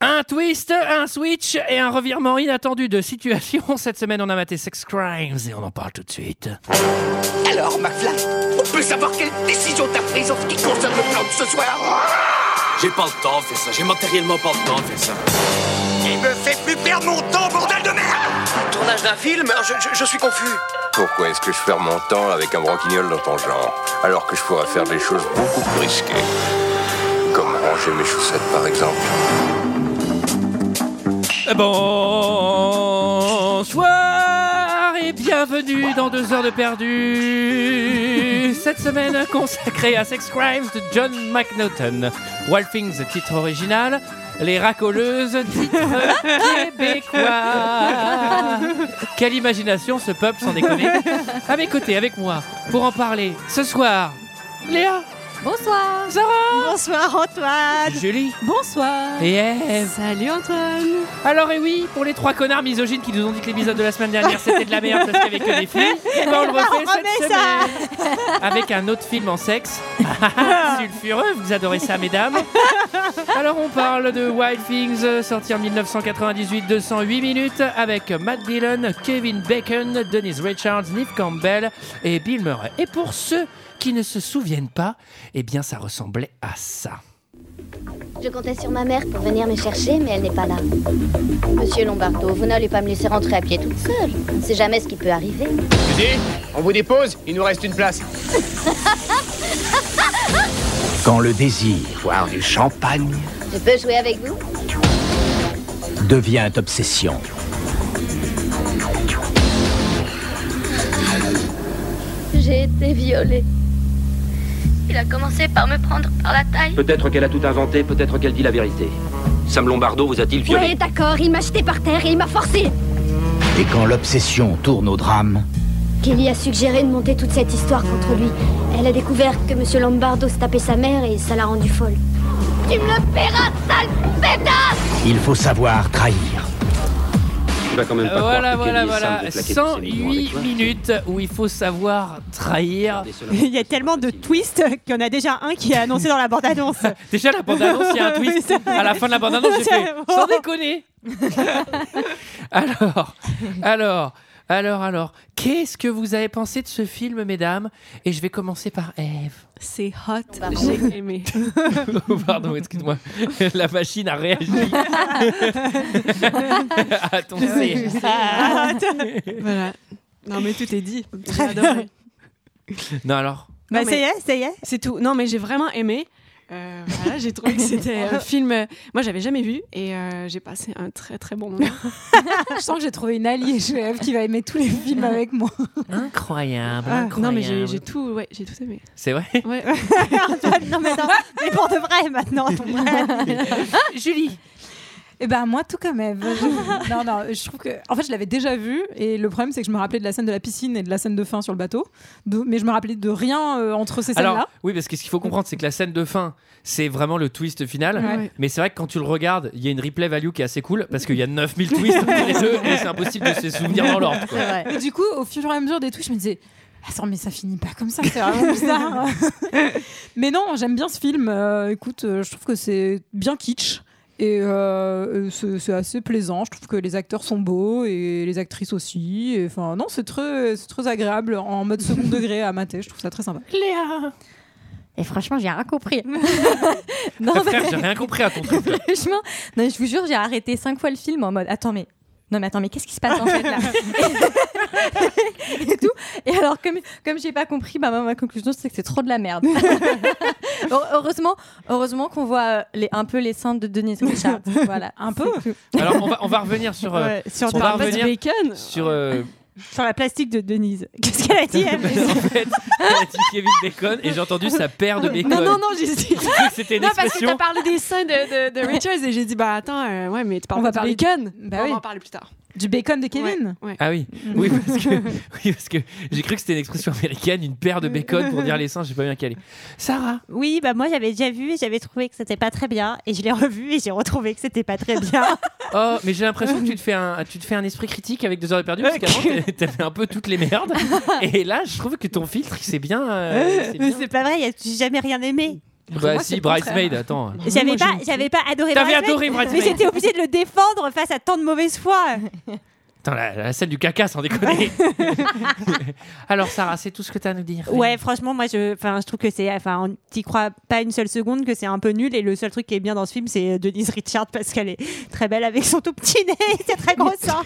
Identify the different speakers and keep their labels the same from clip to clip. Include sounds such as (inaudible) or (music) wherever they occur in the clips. Speaker 1: Un twist, un switch et un revirement inattendu de situation. Cette semaine, on a maté Sex Crimes et on en parle tout de suite.
Speaker 2: Alors, McFly, on peut savoir quelle décision t'as prise en ce qui concerne le plan de ce soir
Speaker 3: J'ai pas le temps de faire ça, j'ai matériellement pas le temps de faire ça.
Speaker 2: Il me fait plus perdre mon temps, bordel de merde
Speaker 4: Tournage d'un film je, je- je suis confus.
Speaker 5: Pourquoi est-ce que je perds mon temps avec un broquignol dans ton genre Alors que je pourrais faire des choses beaucoup plus risquées. Comme ranger mes chaussettes par exemple.
Speaker 1: Bonsoir et bienvenue dans deux heures de perdu. Cette semaine consacrée à Sex Crimes de John McNaughton. Walfings, titre original. Les racoleuses, titre québécois. Quelle imagination ce peuple, sans déconner. À mes côtés, avec moi, pour en parler ce soir. Léa,
Speaker 6: Bonsoir
Speaker 1: Sarah,
Speaker 6: Bonsoir Antoine
Speaker 1: Julie
Speaker 6: Bonsoir
Speaker 1: et
Speaker 7: Eh,
Speaker 1: Eve.
Speaker 6: Salut Antoine
Speaker 1: Alors et oui, pour les trois connards misogynes qui nous ont dit que l'épisode de la semaine dernière c'était de la merde parce qu'il n'y avait que des filles,
Speaker 6: (laughs)
Speaker 1: eh ben, on le refait
Speaker 6: On remet
Speaker 1: cette semaine avec un autre film en sexe. (laughs) Sulfureux, vous adorez ça mesdames. Alors on parle de Wild Things, euh, sorti en 1998, 208 minutes, avec Matt Dillon, Kevin Bacon, Denise Richards, Neve Campbell et Bill Murray. Et pour ceux qui ne se souviennent pas, eh bien ça ressemblait à ça.
Speaker 8: Je comptais sur ma mère pour venir me chercher, mais elle n'est pas là. Monsieur Lombardo, vous n'allez pas me laisser rentrer à pied toute seule. On ne sait jamais ce qui peut arriver.
Speaker 4: On vous dépose, il nous reste une place.
Speaker 2: Quand le désir, voire du champagne,
Speaker 8: Je peux jouer avec vous
Speaker 2: devient obsession.
Speaker 8: J'ai été violée. Il a commencé par me prendre par la taille.
Speaker 9: Peut-être qu'elle a tout inventé, peut-être qu'elle dit la vérité. Sam Lombardo vous a-t-il violé
Speaker 8: Oui, d'accord, il m'a jeté par terre et il m'a forcé.
Speaker 2: Et quand l'obsession tourne au drame,
Speaker 8: Kelly a suggéré de monter toute cette histoire contre lui. Elle a découvert que Monsieur Lombardo se tapait sa mère et ça l'a rendue folle. Tu me le paieras, sale pédasse
Speaker 2: il faut savoir trahir.
Speaker 9: Tu vas quand même pas
Speaker 1: Euh, Voilà,
Speaker 9: croire que
Speaker 1: voilà,
Speaker 9: Kelly et Sam vont
Speaker 1: voilà.
Speaker 9: claquer tous ces migrants avec
Speaker 1: 108
Speaker 9: toi.
Speaker 1: minutes où il faut savoir trahir.
Speaker 9: Des seuls-
Speaker 6: Il y a tellement de twists qu'il y en a déjà un qui est annoncé dans la bande-annonce.
Speaker 1: Déjà, la bande-annonce, il y a (laughs) un
Speaker 6: Oui,
Speaker 1: twist.
Speaker 6: c'est vrai.
Speaker 1: À la fin de la bande-annonce, j'ai fait (laughs)
Speaker 6: C'est
Speaker 1: sans
Speaker 6: bon.
Speaker 1: déconner. (laughs) alors, alors, alors, alors, qu'est-ce que vous avez pensé de ce film, mesdames Et je vais commencer par Eve.
Speaker 6: C'est hot,
Speaker 8: Bah,
Speaker 6: j'ai (laughs) aimé.
Speaker 1: (laughs) Oh, Pardon, excuse-moi. La machine a (laughs) réagi. à ton siège.
Speaker 6: ah. Bah,
Speaker 10: Voilà. Non, mais tout est
Speaker 6: (laughs)
Speaker 10: dit. J'ai adoré.
Speaker 1: Non, alors.
Speaker 6: Bah
Speaker 10: Non,
Speaker 6: ça
Speaker 10: mais
Speaker 6: y est, ça y est
Speaker 10: C'est tout. Non, mais j'ai vraiment aimé. Euh, voilà, j'ai trouvé que c'était un film. euh, moi, j'avais jamais vu et euh, j'ai passé un très très bon moment.
Speaker 7: (laughs) Je sens que j'ai trouvé une alliée, je rêve, qui va aimer tous les films avec moi.
Speaker 1: Incroyable,
Speaker 6: Ah,
Speaker 1: incroyable.
Speaker 10: Ah, non, mais j'ai j'ai tout, ouais, j'ai tout aimé.
Speaker 1: C'est vrai
Speaker 10: Ouais.
Speaker 6: (laughs) Antoine, non mais attends, mais pour de vrai maintenant
Speaker 1: Julie
Speaker 7: Et ben moi, tout comme
Speaker 6: (laughs)
Speaker 7: Eve. Je- Non, non, je trouve que. En fait, je l'avais déjà vu et le problème, c'est que je me rappelais de la scène de la piscine et de la scène de fin sur le bateau, Do- mais je me rappelais de rien euh, entre ces
Speaker 1: Alors,
Speaker 7: scènes-là.
Speaker 1: oui, parce que ce qu'il faut comprendre, c'est que la scène de fin, c'est vraiment le twist final.
Speaker 10: Ouais.
Speaker 1: Mais c'est vrai que quand tu le regardes, il y a une replay value qui est assez cool parce qu'il y a 9000 twists entre les deux et c'est impossible de
Speaker 10: (laughs)
Speaker 1: se souvenir dans l'ordre. quoi.
Speaker 7: Et du coup, au fur et à mesure des touches, je me disais. Attends, mais ça finit pas comme ça, c'est
Speaker 1: (laughs)
Speaker 7: vraiment bizarre. mais non, j'aime bien ce film. Euh, écoute, euh, je trouve que c'est bien kitsch. Et euh, euh, c'est c'est assez plaisant. Je trouve que les acteurs sont beaux et les actrices aussi. Et, Enfin, non, c'est très, c'est très agréable en
Speaker 1: (laughs)
Speaker 7: mode second degré à mater. Je trouve ça très sympa.
Speaker 10: Léa
Speaker 11: Et franchement, j'ai rien compris. non,
Speaker 1: Frère, j'ai rien compris à ton truc. là.
Speaker 11: franchement, non, mais je vous jure, j'ai arrêté cinq fois le film en mode attends, mais. Non mais attends mais qu'est-ce qui se passe en fait là et tout et alors comme comme j'ai pas compris bah, ma- ma conclusion c'est que c'est trop de la (laughs) merde Heure- heureusement heureusement qu'on voit euh, les, un peu les seins de (laughs) Denise Richards voilà
Speaker 7: Un peu.
Speaker 1: Alors, on va, on va revenir sur. euh,
Speaker 6: Ouais, sur,
Speaker 1: on va
Speaker 10: Parce
Speaker 1: revenir
Speaker 10: Bacon
Speaker 1: sur. euh,
Speaker 6: sur la plastique de Denise. Qu'est-ce qu'elle a dit
Speaker 1: en (laughs)
Speaker 6: elle
Speaker 1: fait, elle a dit Kevin Bacon et j'ai entendu sa paire de bacon.
Speaker 10: Non, non, non, j'ai
Speaker 1: (laughs)
Speaker 10: dit.
Speaker 1: C'était une
Speaker 10: Non, parce que t'as
Speaker 1: expression.
Speaker 10: parlé des scènes de, de, de Richards et j'ai dit, bah attends, euh, ouais, mais tu parles
Speaker 7: On va
Speaker 10: pas de Ah
Speaker 7: parler de-
Speaker 10: Bacon.
Speaker 7: Bah
Speaker 10: on
Speaker 7: oui.
Speaker 10: va en parler plus tard.
Speaker 7: Du bacon de Kevin.
Speaker 10: Ouais.
Speaker 1: Ah oui, oui parce que, (laughs) oui, parce que j'ai cru que c'était une expression américaine, une paire de bacon pour dire les seins, j'ai pas bien calé. Sarah
Speaker 6: Oui, bah moi j'avais déjà vu et j'avais trouvé que c'était pas très bien et je l'ai revu et j'ai retrouvé que c'était pas très bien.
Speaker 1: Oh, mais j'ai l'impression que tu te fais un, tu te fais un esprit critique avec deux heures de perdu parce qu'avant t'as- t'avais un peu toutes les merdes. Et là, je trouve que ton filtre, c'est bien. euh, c'est bien.
Speaker 6: c'est pas vrai, y a- j'ai jamais rien aimé.
Speaker 1: Bah
Speaker 7: moi, c'est
Speaker 1: si,
Speaker 7: le contraire.
Speaker 1: Bridesmaid, attends.
Speaker 6: J'avais pas, j'avais pas adoré
Speaker 1: T'avais
Speaker 6: Bridesmaid,
Speaker 1: adoré Bridesmaid.
Speaker 6: mais j'étais obligée de le défendre face à tant de mauvaise foi.
Speaker 1: Attends, la, la scène du caca, sans déconner. (laughs) Alors, Sarah, c'est tout ce que t'as à nous dire.
Speaker 6: Ouais, franchement, moi, je, enfin, je trouve que c'est, enfin, on- t'y crois pas une seule seconde que c'est un peu nul. Et le seul truc qui est bien dans ce film, c'est euh, Denise Richard parce qu'elle est très belle avec son tout petit nez, (laughs) et c'est très gros seins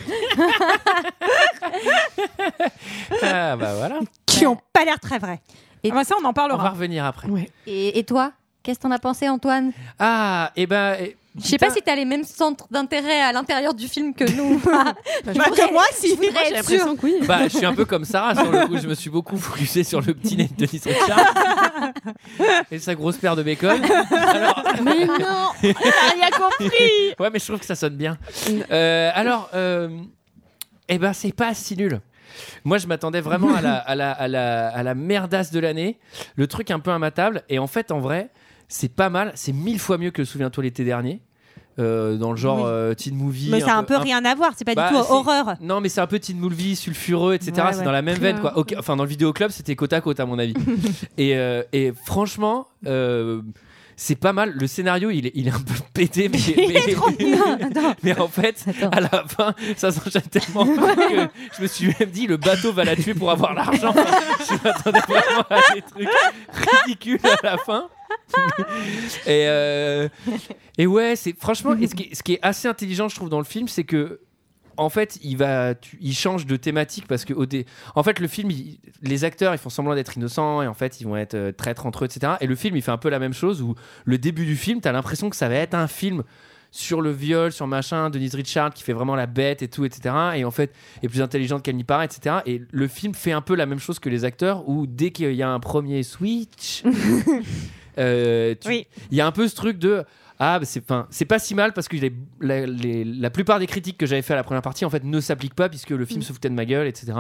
Speaker 1: Ah, bah voilà.
Speaker 6: qui ont pas l'air très vrais.
Speaker 11: Et
Speaker 7: ça, on en
Speaker 1: On va revenir après.
Speaker 11: Et, et toi Qu'est-ce que t'en as pensé, Antoine
Speaker 1: Ah, et ben. eh,
Speaker 11: Je sais pas
Speaker 1: putain.
Speaker 11: si t'as les mêmes centres d'intérêt à l'intérieur du film que nous. (laughs) Je
Speaker 6: Bah,
Speaker 11: voudrais-
Speaker 6: que moi, si.
Speaker 11: je voudrais
Speaker 6: Moi, j'ai
Speaker 11: être
Speaker 6: l'impression
Speaker 11: sûre.
Speaker 6: que oui.
Speaker 1: Bah, je suis un peu comme Sarah sur le coup. Je me suis beaucoup focusé sur le petit nez de Denis Richard et sa grosse paire de bacon.
Speaker 10: Mais non
Speaker 6: Ah,
Speaker 10: T'as rien compris
Speaker 1: Ouais, mais je trouve que ça sonne bien.
Speaker 6: Mm.
Speaker 1: Euh, alors, euh, eh ben, c'est pas si nul. Moi, je m'attendais vraiment à
Speaker 6: (laughs)
Speaker 1: la, à, la, à, la, à la merdasse de l'année, le truc un peu immatable. Et en fait, en vrai, c'est pas mal. C'est mille fois mieux que Souviens-toi l'été dernier, euh, dans le genre
Speaker 6: Oui.
Speaker 1: euh, teen movie.
Speaker 6: Mais ça a un peu rien à voir. C'est pas
Speaker 1: Bah,
Speaker 6: du tout
Speaker 1: c'est-
Speaker 6: horreur.
Speaker 1: Non, mais c'est un peu teen movie, sulfureux, etc.
Speaker 6: Ouais,
Speaker 1: c'est
Speaker 6: ouais.
Speaker 1: dans la même veine, quoi.
Speaker 6: Ouais.
Speaker 1: Ok, Enfin, dans le vidéoclub, c'était côte à côte, à mon
Speaker 6: (laughs)
Speaker 1: avis. et, euh, et franchement, euh, c'est pas mal. Le scénario, il est, il est un peu (laughs) pété, mais,
Speaker 11: Il est
Speaker 1: mais- (laughs)
Speaker 11: trop bien. Attends.
Speaker 1: mais en fait, à la fin, ça s'enchaîne
Speaker 11: (laughs)
Speaker 1: tellement que je me suis même dit, le bateau va la tuer pour avoir l'argent. (laughs)
Speaker 11: (laughs)
Speaker 1: Enfin, je m'attendais vraiment à des trucs ridicules à la
Speaker 11: (laughs)
Speaker 1: fin. et, euh, et ouais, c'est franchement, et ce, qui est, ce qui est assez intelligent, je trouve, dans le film, c'est que en fait, il va, tu- il change de thématique parce que au dé- en fait, le film, il- les acteurs, ils font semblant d'être innocents et en fait, ils vont être euh, traîtres entre eux, etc. Et le film, il fait un peu la même chose où le début du film, t'as l'impression que ça va être un film sur le viol, sur machin, Denise Richard qui fait vraiment la bête et tout, etc. Et en fait, est plus intelligente qu'elle n'y paraît, etc. Et le film fait un peu la même chose que les acteurs où dès qu'il y a un premier switch, euh, tu- il y a un peu ce truc de ah bah, c'est enfin, c'est pas si mal parce que les- la, les- la plupart des critiques que j'avais fait à la première partie en fait ne s'appliquent pas puisque le film
Speaker 3: Mm.
Speaker 1: se foutait de ma gueule etc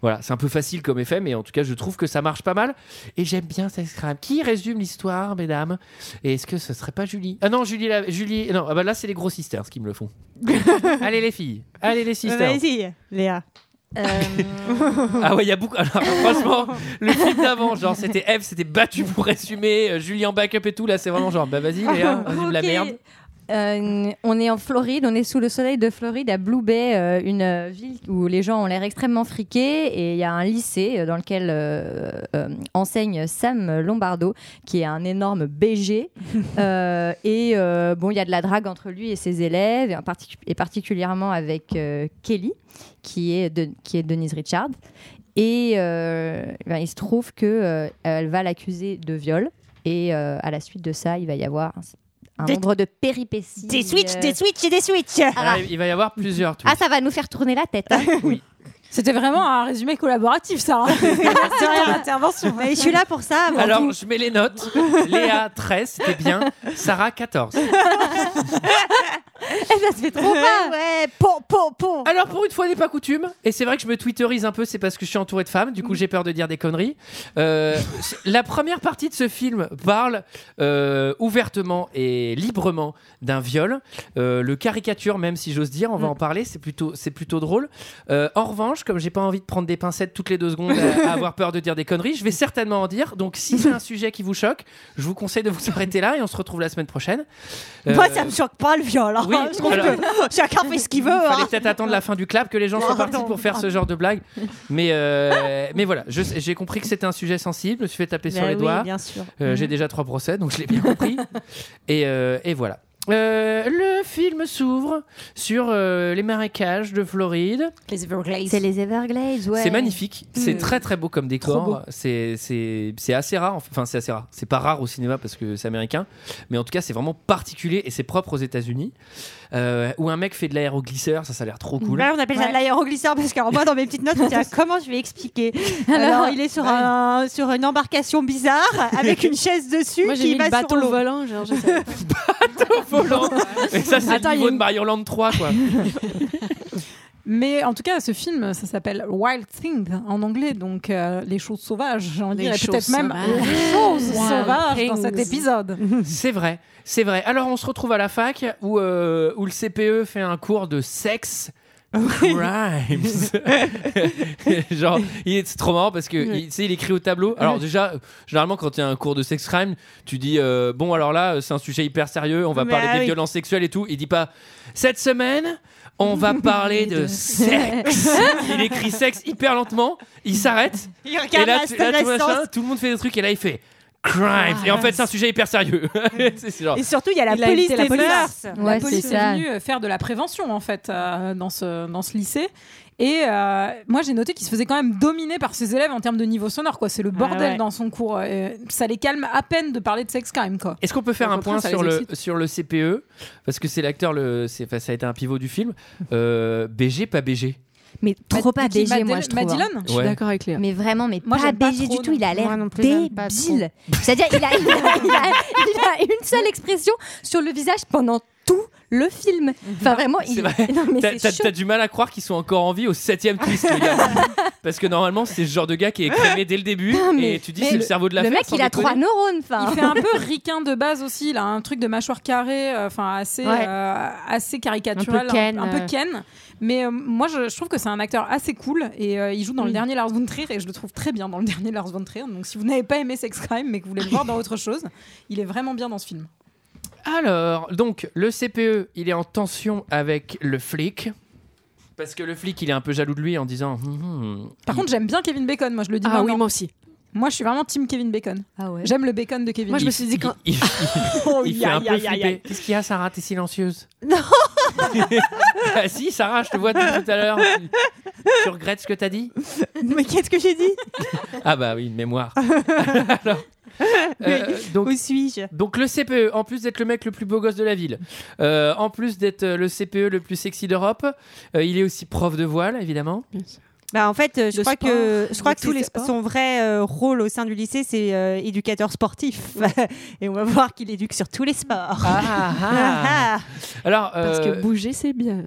Speaker 1: voilà c'est un peu facile comme effet mais en tout cas je trouve que ça marche pas mal et j'aime bien cette scrap qui résume l'histoire mesdames et est-ce que ce serait pas Julie ah non Julie la- Julie non ah bah là c'est les gros sisters qui me le font allez les filles allez les sisters
Speaker 6: Vas-y, Léa.
Speaker 1: ah ouais, il y a beaucoup. Alors, franchement, le film d'avant, genre, c'était Eve, c'était battu pour résumer, euh, Julie en backup et tout. Là, c'est vraiment genre, bah vas-y, Léa, vas-y de la
Speaker 11: (laughs) Ok.
Speaker 1: merde.
Speaker 11: Euh, on est en Floride, on est sous le soleil de Floride à Blue Bay, euh, une euh, ville où les gens ont l'air extrêmement friqués et il y a un lycée euh, dans lequel euh, euh, enseigne Sam Lombardo qui est un
Speaker 1: (laughs)
Speaker 11: énorme BG Euh, et euh, bon il y a de la drague entre lui et ses élèves et, en particu- et particulièrement avec euh, Kelly qui est, de, qui est Denise Richard et euh, ben, il se trouve que euh, elle va l'accuser de viol et euh, à la suite de ça il va y avoir un, un
Speaker 6: Des-
Speaker 11: nombre de péripéties.
Speaker 6: Des switches,
Speaker 11: euh,
Speaker 6: des switches et des switches.
Speaker 1: Ah, il va y avoir plusieurs.
Speaker 11: Ah, ça va nous faire tourner la tête. (laughs) hein.
Speaker 7: C'était vraiment un résumé collaboratif, ça.
Speaker 6: (laughs) C'est ton intervention. Mais je suis là pour ça. avant
Speaker 1: Alors,
Speaker 6: tout.
Speaker 1: je mets les notes. Léa, 13, c'était bien. Sarah, 14.
Speaker 11: ça se fait trop pas.
Speaker 6: Ouais, pom, pom, pom.
Speaker 1: Alors, pour une fois n'est pas coutume, et c'est vrai que je me twitterise un peu, c'est parce que je suis entouré de femmes,
Speaker 6: Mm.
Speaker 1: du coup j'ai peur de dire des conneries. Euh, la première partie de ce film parle euh, ouvertement et librement d'un viol. Euh, le caricature, même si j'ose dire, on
Speaker 6: Mm.
Speaker 1: va en parler, c'est plutôt, c'est plutôt drôle. Euh, en revanche, comme j'ai pas envie de prendre des pincettes toutes les deux secondes à, à avoir peur de dire des conneries, je vais certainement en dire. Donc, si c'est un sujet qui vous choque, je vous conseille de vous (laughs) arrêter là et on se retrouve la semaine prochaine.
Speaker 6: Moi,
Speaker 1: Euh,
Speaker 6: ça me choque pas le viol. hein.
Speaker 1: oui,
Speaker 6: Je trouve
Speaker 1: alors-
Speaker 6: que chacun fait ce qu'il veut.
Speaker 1: il
Speaker 6: hein.
Speaker 1: fallait peut-être attendre la fin du clap que les gens soient partis pour faire ce genre de blague. Mais, euh, mais voilà, je sais- j'ai compris que c'était un sujet sensible. Je me suis fait taper
Speaker 6: Bah
Speaker 1: sur les
Speaker 6: oui,
Speaker 1: doigts.
Speaker 6: bien sûr.
Speaker 1: Euh, J'ai déjà trois procès, donc je l'ai bien compris. et, euh, et voilà. Euh, le film s'ouvre sur euh, les marécages de Floride.
Speaker 6: Les Everglades.
Speaker 11: C'est les Everglades, ouais.
Speaker 1: C'est magnifique, c'est très très beau comme
Speaker 11: Trop beau.
Speaker 1: décor. C'est c'est c'est assez rare, enfin c'est assez rare. C'est pas rare au cinéma parce que c'est américain, mais en tout cas c'est vraiment particulier et c'est propre aux États-Unis. Euh, où un mec fait de l'aéroglisseur, ça ça a l'air trop cool.
Speaker 6: Là, on appelle ça de l'aéroglisseur parce que moi, dans mes petites notes, je me dis, ah, comment je vais expliquer Alors,
Speaker 11: Alors,
Speaker 6: il est sur, un, sur une embarcation bizarre avec une chaise dessus
Speaker 10: Moi, j'ai
Speaker 6: qui
Speaker 10: mis
Speaker 6: va
Speaker 10: le
Speaker 6: sur
Speaker 10: bateau
Speaker 6: l'eau.
Speaker 10: volant, genre, je sais
Speaker 11: (laughs)
Speaker 10: pas.
Speaker 1: volant. Mais ça, c'est
Speaker 7: Attends,
Speaker 1: le
Speaker 7: il y a
Speaker 1: niveau
Speaker 7: une-
Speaker 1: de Mario Land 3, quoi.
Speaker 7: Mais en tout cas, ce film, ça s'appelle Wild Thing en anglais, donc euh, les choses sauvages, j'ai envie de
Speaker 10: Les
Speaker 7: dire, et
Speaker 10: choses
Speaker 7: peut-être même
Speaker 10: sauvages.
Speaker 7: les choses
Speaker 10: Wild
Speaker 7: sauvages dans
Speaker 10: things.
Speaker 7: cet épisode.
Speaker 1: (laughs) c'est vrai, E c'est vrai. Alors, on se retrouve à la fac où, euh, où le CPE fait un cours de sexe. Crimes. (laughs) Genre, il est c'est trop marrant parce que
Speaker 12: Ouais.
Speaker 1: il, tu sais, il écrit au tableau. Alors,
Speaker 12: Ouais.
Speaker 1: déjà, euh, généralement, quand il y a un cours de sex crime, tu dis euh, Bon, alors là, euh, c'est un sujet hyper sérieux, on va
Speaker 12: Bah
Speaker 1: parler des
Speaker 12: oui.
Speaker 1: violences sexuelles et tout. Il dit pas Cette semaine, on va parler (laughs) de sexe. il écrit sexe hyper lentement, il s'arrête.
Speaker 6: Il regarde
Speaker 1: et là,
Speaker 6: la
Speaker 1: tu- là, tout,
Speaker 6: station.
Speaker 1: machin, tout le monde fait des trucs et là, il fait Crimes. Et en fait, c'est un sujet hyper sérieux. C'est- c'est genre-
Speaker 6: Et surtout, il y a la
Speaker 7: Il a
Speaker 6: police
Speaker 7: évité
Speaker 6: des
Speaker 7: la police.
Speaker 6: mœurs.
Speaker 7: La police est venue euh, faire de la prévention en fait euh, dans ce dans ce lycée. Et euh, moi j'ai noté qu'il se faisait quand même dominer par ses élèves en termes de niveau sonore quoi. C'est le bordel
Speaker 1: ouais.
Speaker 7: dans son cours. Euh, ça les calme à peine de parler de sexe quand même quoi.
Speaker 1: Est-ce qu'on peut faire
Speaker 7: Au
Speaker 1: un
Speaker 7: contraire,
Speaker 1: point
Speaker 7: ça
Speaker 1: sur
Speaker 7: les
Speaker 1: le,
Speaker 7: excite.
Speaker 1: sur le CPE Parce que c'est l'acteur, le, c'est, enfin, ça a été un pivot du film. Euh, BG, pas BG
Speaker 11: Mais trop pas
Speaker 7: Madeleine-
Speaker 11: BG, moi je trouve.
Speaker 7: Madeleine
Speaker 11: hein.
Speaker 1: Je suis Ouais. d'accord
Speaker 10: avec Léa.
Speaker 11: Mais vraiment, mais
Speaker 7: Moi,
Speaker 11: pas
Speaker 7: j'aime pas
Speaker 11: BG du
Speaker 7: trop,
Speaker 11: tout. Il a
Speaker 7: non.
Speaker 11: l'air
Speaker 7: Moi non plus, j'aime pas
Speaker 11: débile. C'est-à-dire, il a, il, a, il a-
Speaker 7: (laughs)
Speaker 11: il a une seule expression sur le visage pendant tout le film. Enfin, vraiment, il. Non, mais
Speaker 1: t'as,
Speaker 11: c'est
Speaker 1: t'as-
Speaker 11: chaud.
Speaker 1: t'as du mal à croire qu'ils sont encore en vie au septième twist, les gars. Parce que normalement, c'est ce genre de gars qui est écrémé dès le début
Speaker 11: Non, mais-
Speaker 1: et tu dis
Speaker 11: mais
Speaker 1: c'est le cerveau de la
Speaker 11: Le mec, il a trois neurones. enfin.
Speaker 7: Il fait un
Speaker 11: (laughs)
Speaker 7: peu ricain de base aussi, il a un truc de mâchoire carrée, euh, enfin assez,
Speaker 11: Ouais.
Speaker 7: euh, assez caricatural,
Speaker 11: Un peu Ken,
Speaker 7: peu
Speaker 11: euh.
Speaker 7: Ken. Mais euh, moi, je, je trouve que c'est un acteur assez cool et euh, il joue dans le
Speaker 11: Oui.
Speaker 7: dernier Lars von Trier et je le trouve très bien dans le (laughs) dernier Lars von Trier. Donc, si vous n'avez pas aimé Sex Crime mais que vous voulez le voir dans autre chose, (laughs) il est vraiment bien dans ce film.
Speaker 1: Alors, donc, le CPE, il est en tension avec le flic. Parce que le flic, il est un peu jaloux de lui en disant. Hum, hum.
Speaker 7: Par contre, j'aime bien Kevin Bacon. Moi, je le dis.
Speaker 10: Ah oui,
Speaker 7: moi aussi. Moi, je suis vraiment team Kevin Bacon. J'aime le bacon de Kevin.
Speaker 10: Moi, je me suis dit quand-
Speaker 1: Il, il-
Speaker 7: Oh,
Speaker 1: il fait
Speaker 7: ya,
Speaker 1: un
Speaker 7: ya,
Speaker 1: peu
Speaker 7: ya,
Speaker 1: flipper.
Speaker 7: ya.
Speaker 1: Qu'est-ce qu'il y a, Sarah T'es (laughs) silencieuse Ah si, Sarah, je te vois depuis tout à l'heure. Tu, tu regrettes ce que t'as (laughs) dit
Speaker 6: Mais qu'est-ce que j'ai dit
Speaker 1: Ah bah oui, une (laughs) mémoire.
Speaker 6: Mais
Speaker 1: Euh, donc,
Speaker 6: Où suis-je
Speaker 1: donc le CPE, en plus d'être le mec le plus beau gosse de la ville, euh, en plus d'être euh, le CPE le plus sexy d'Europe, euh, il est aussi prof de voile, (laughs) évidemment.
Speaker 6: Bah, en fait, euh, je
Speaker 1: De
Speaker 6: crois
Speaker 1: sport,
Speaker 6: que je crois
Speaker 1: de
Speaker 6: que
Speaker 1: tous
Speaker 6: c'est-
Speaker 1: les sports.
Speaker 6: son vrai euh, rôle au sein du lycée, c'est euh, éducateur sportif. (laughs) Et on va voir qu'il éduque sur tous les sports.
Speaker 1: ah. Alors,
Speaker 10: Parce
Speaker 1: euh,
Speaker 10: que bouger, c'est bien.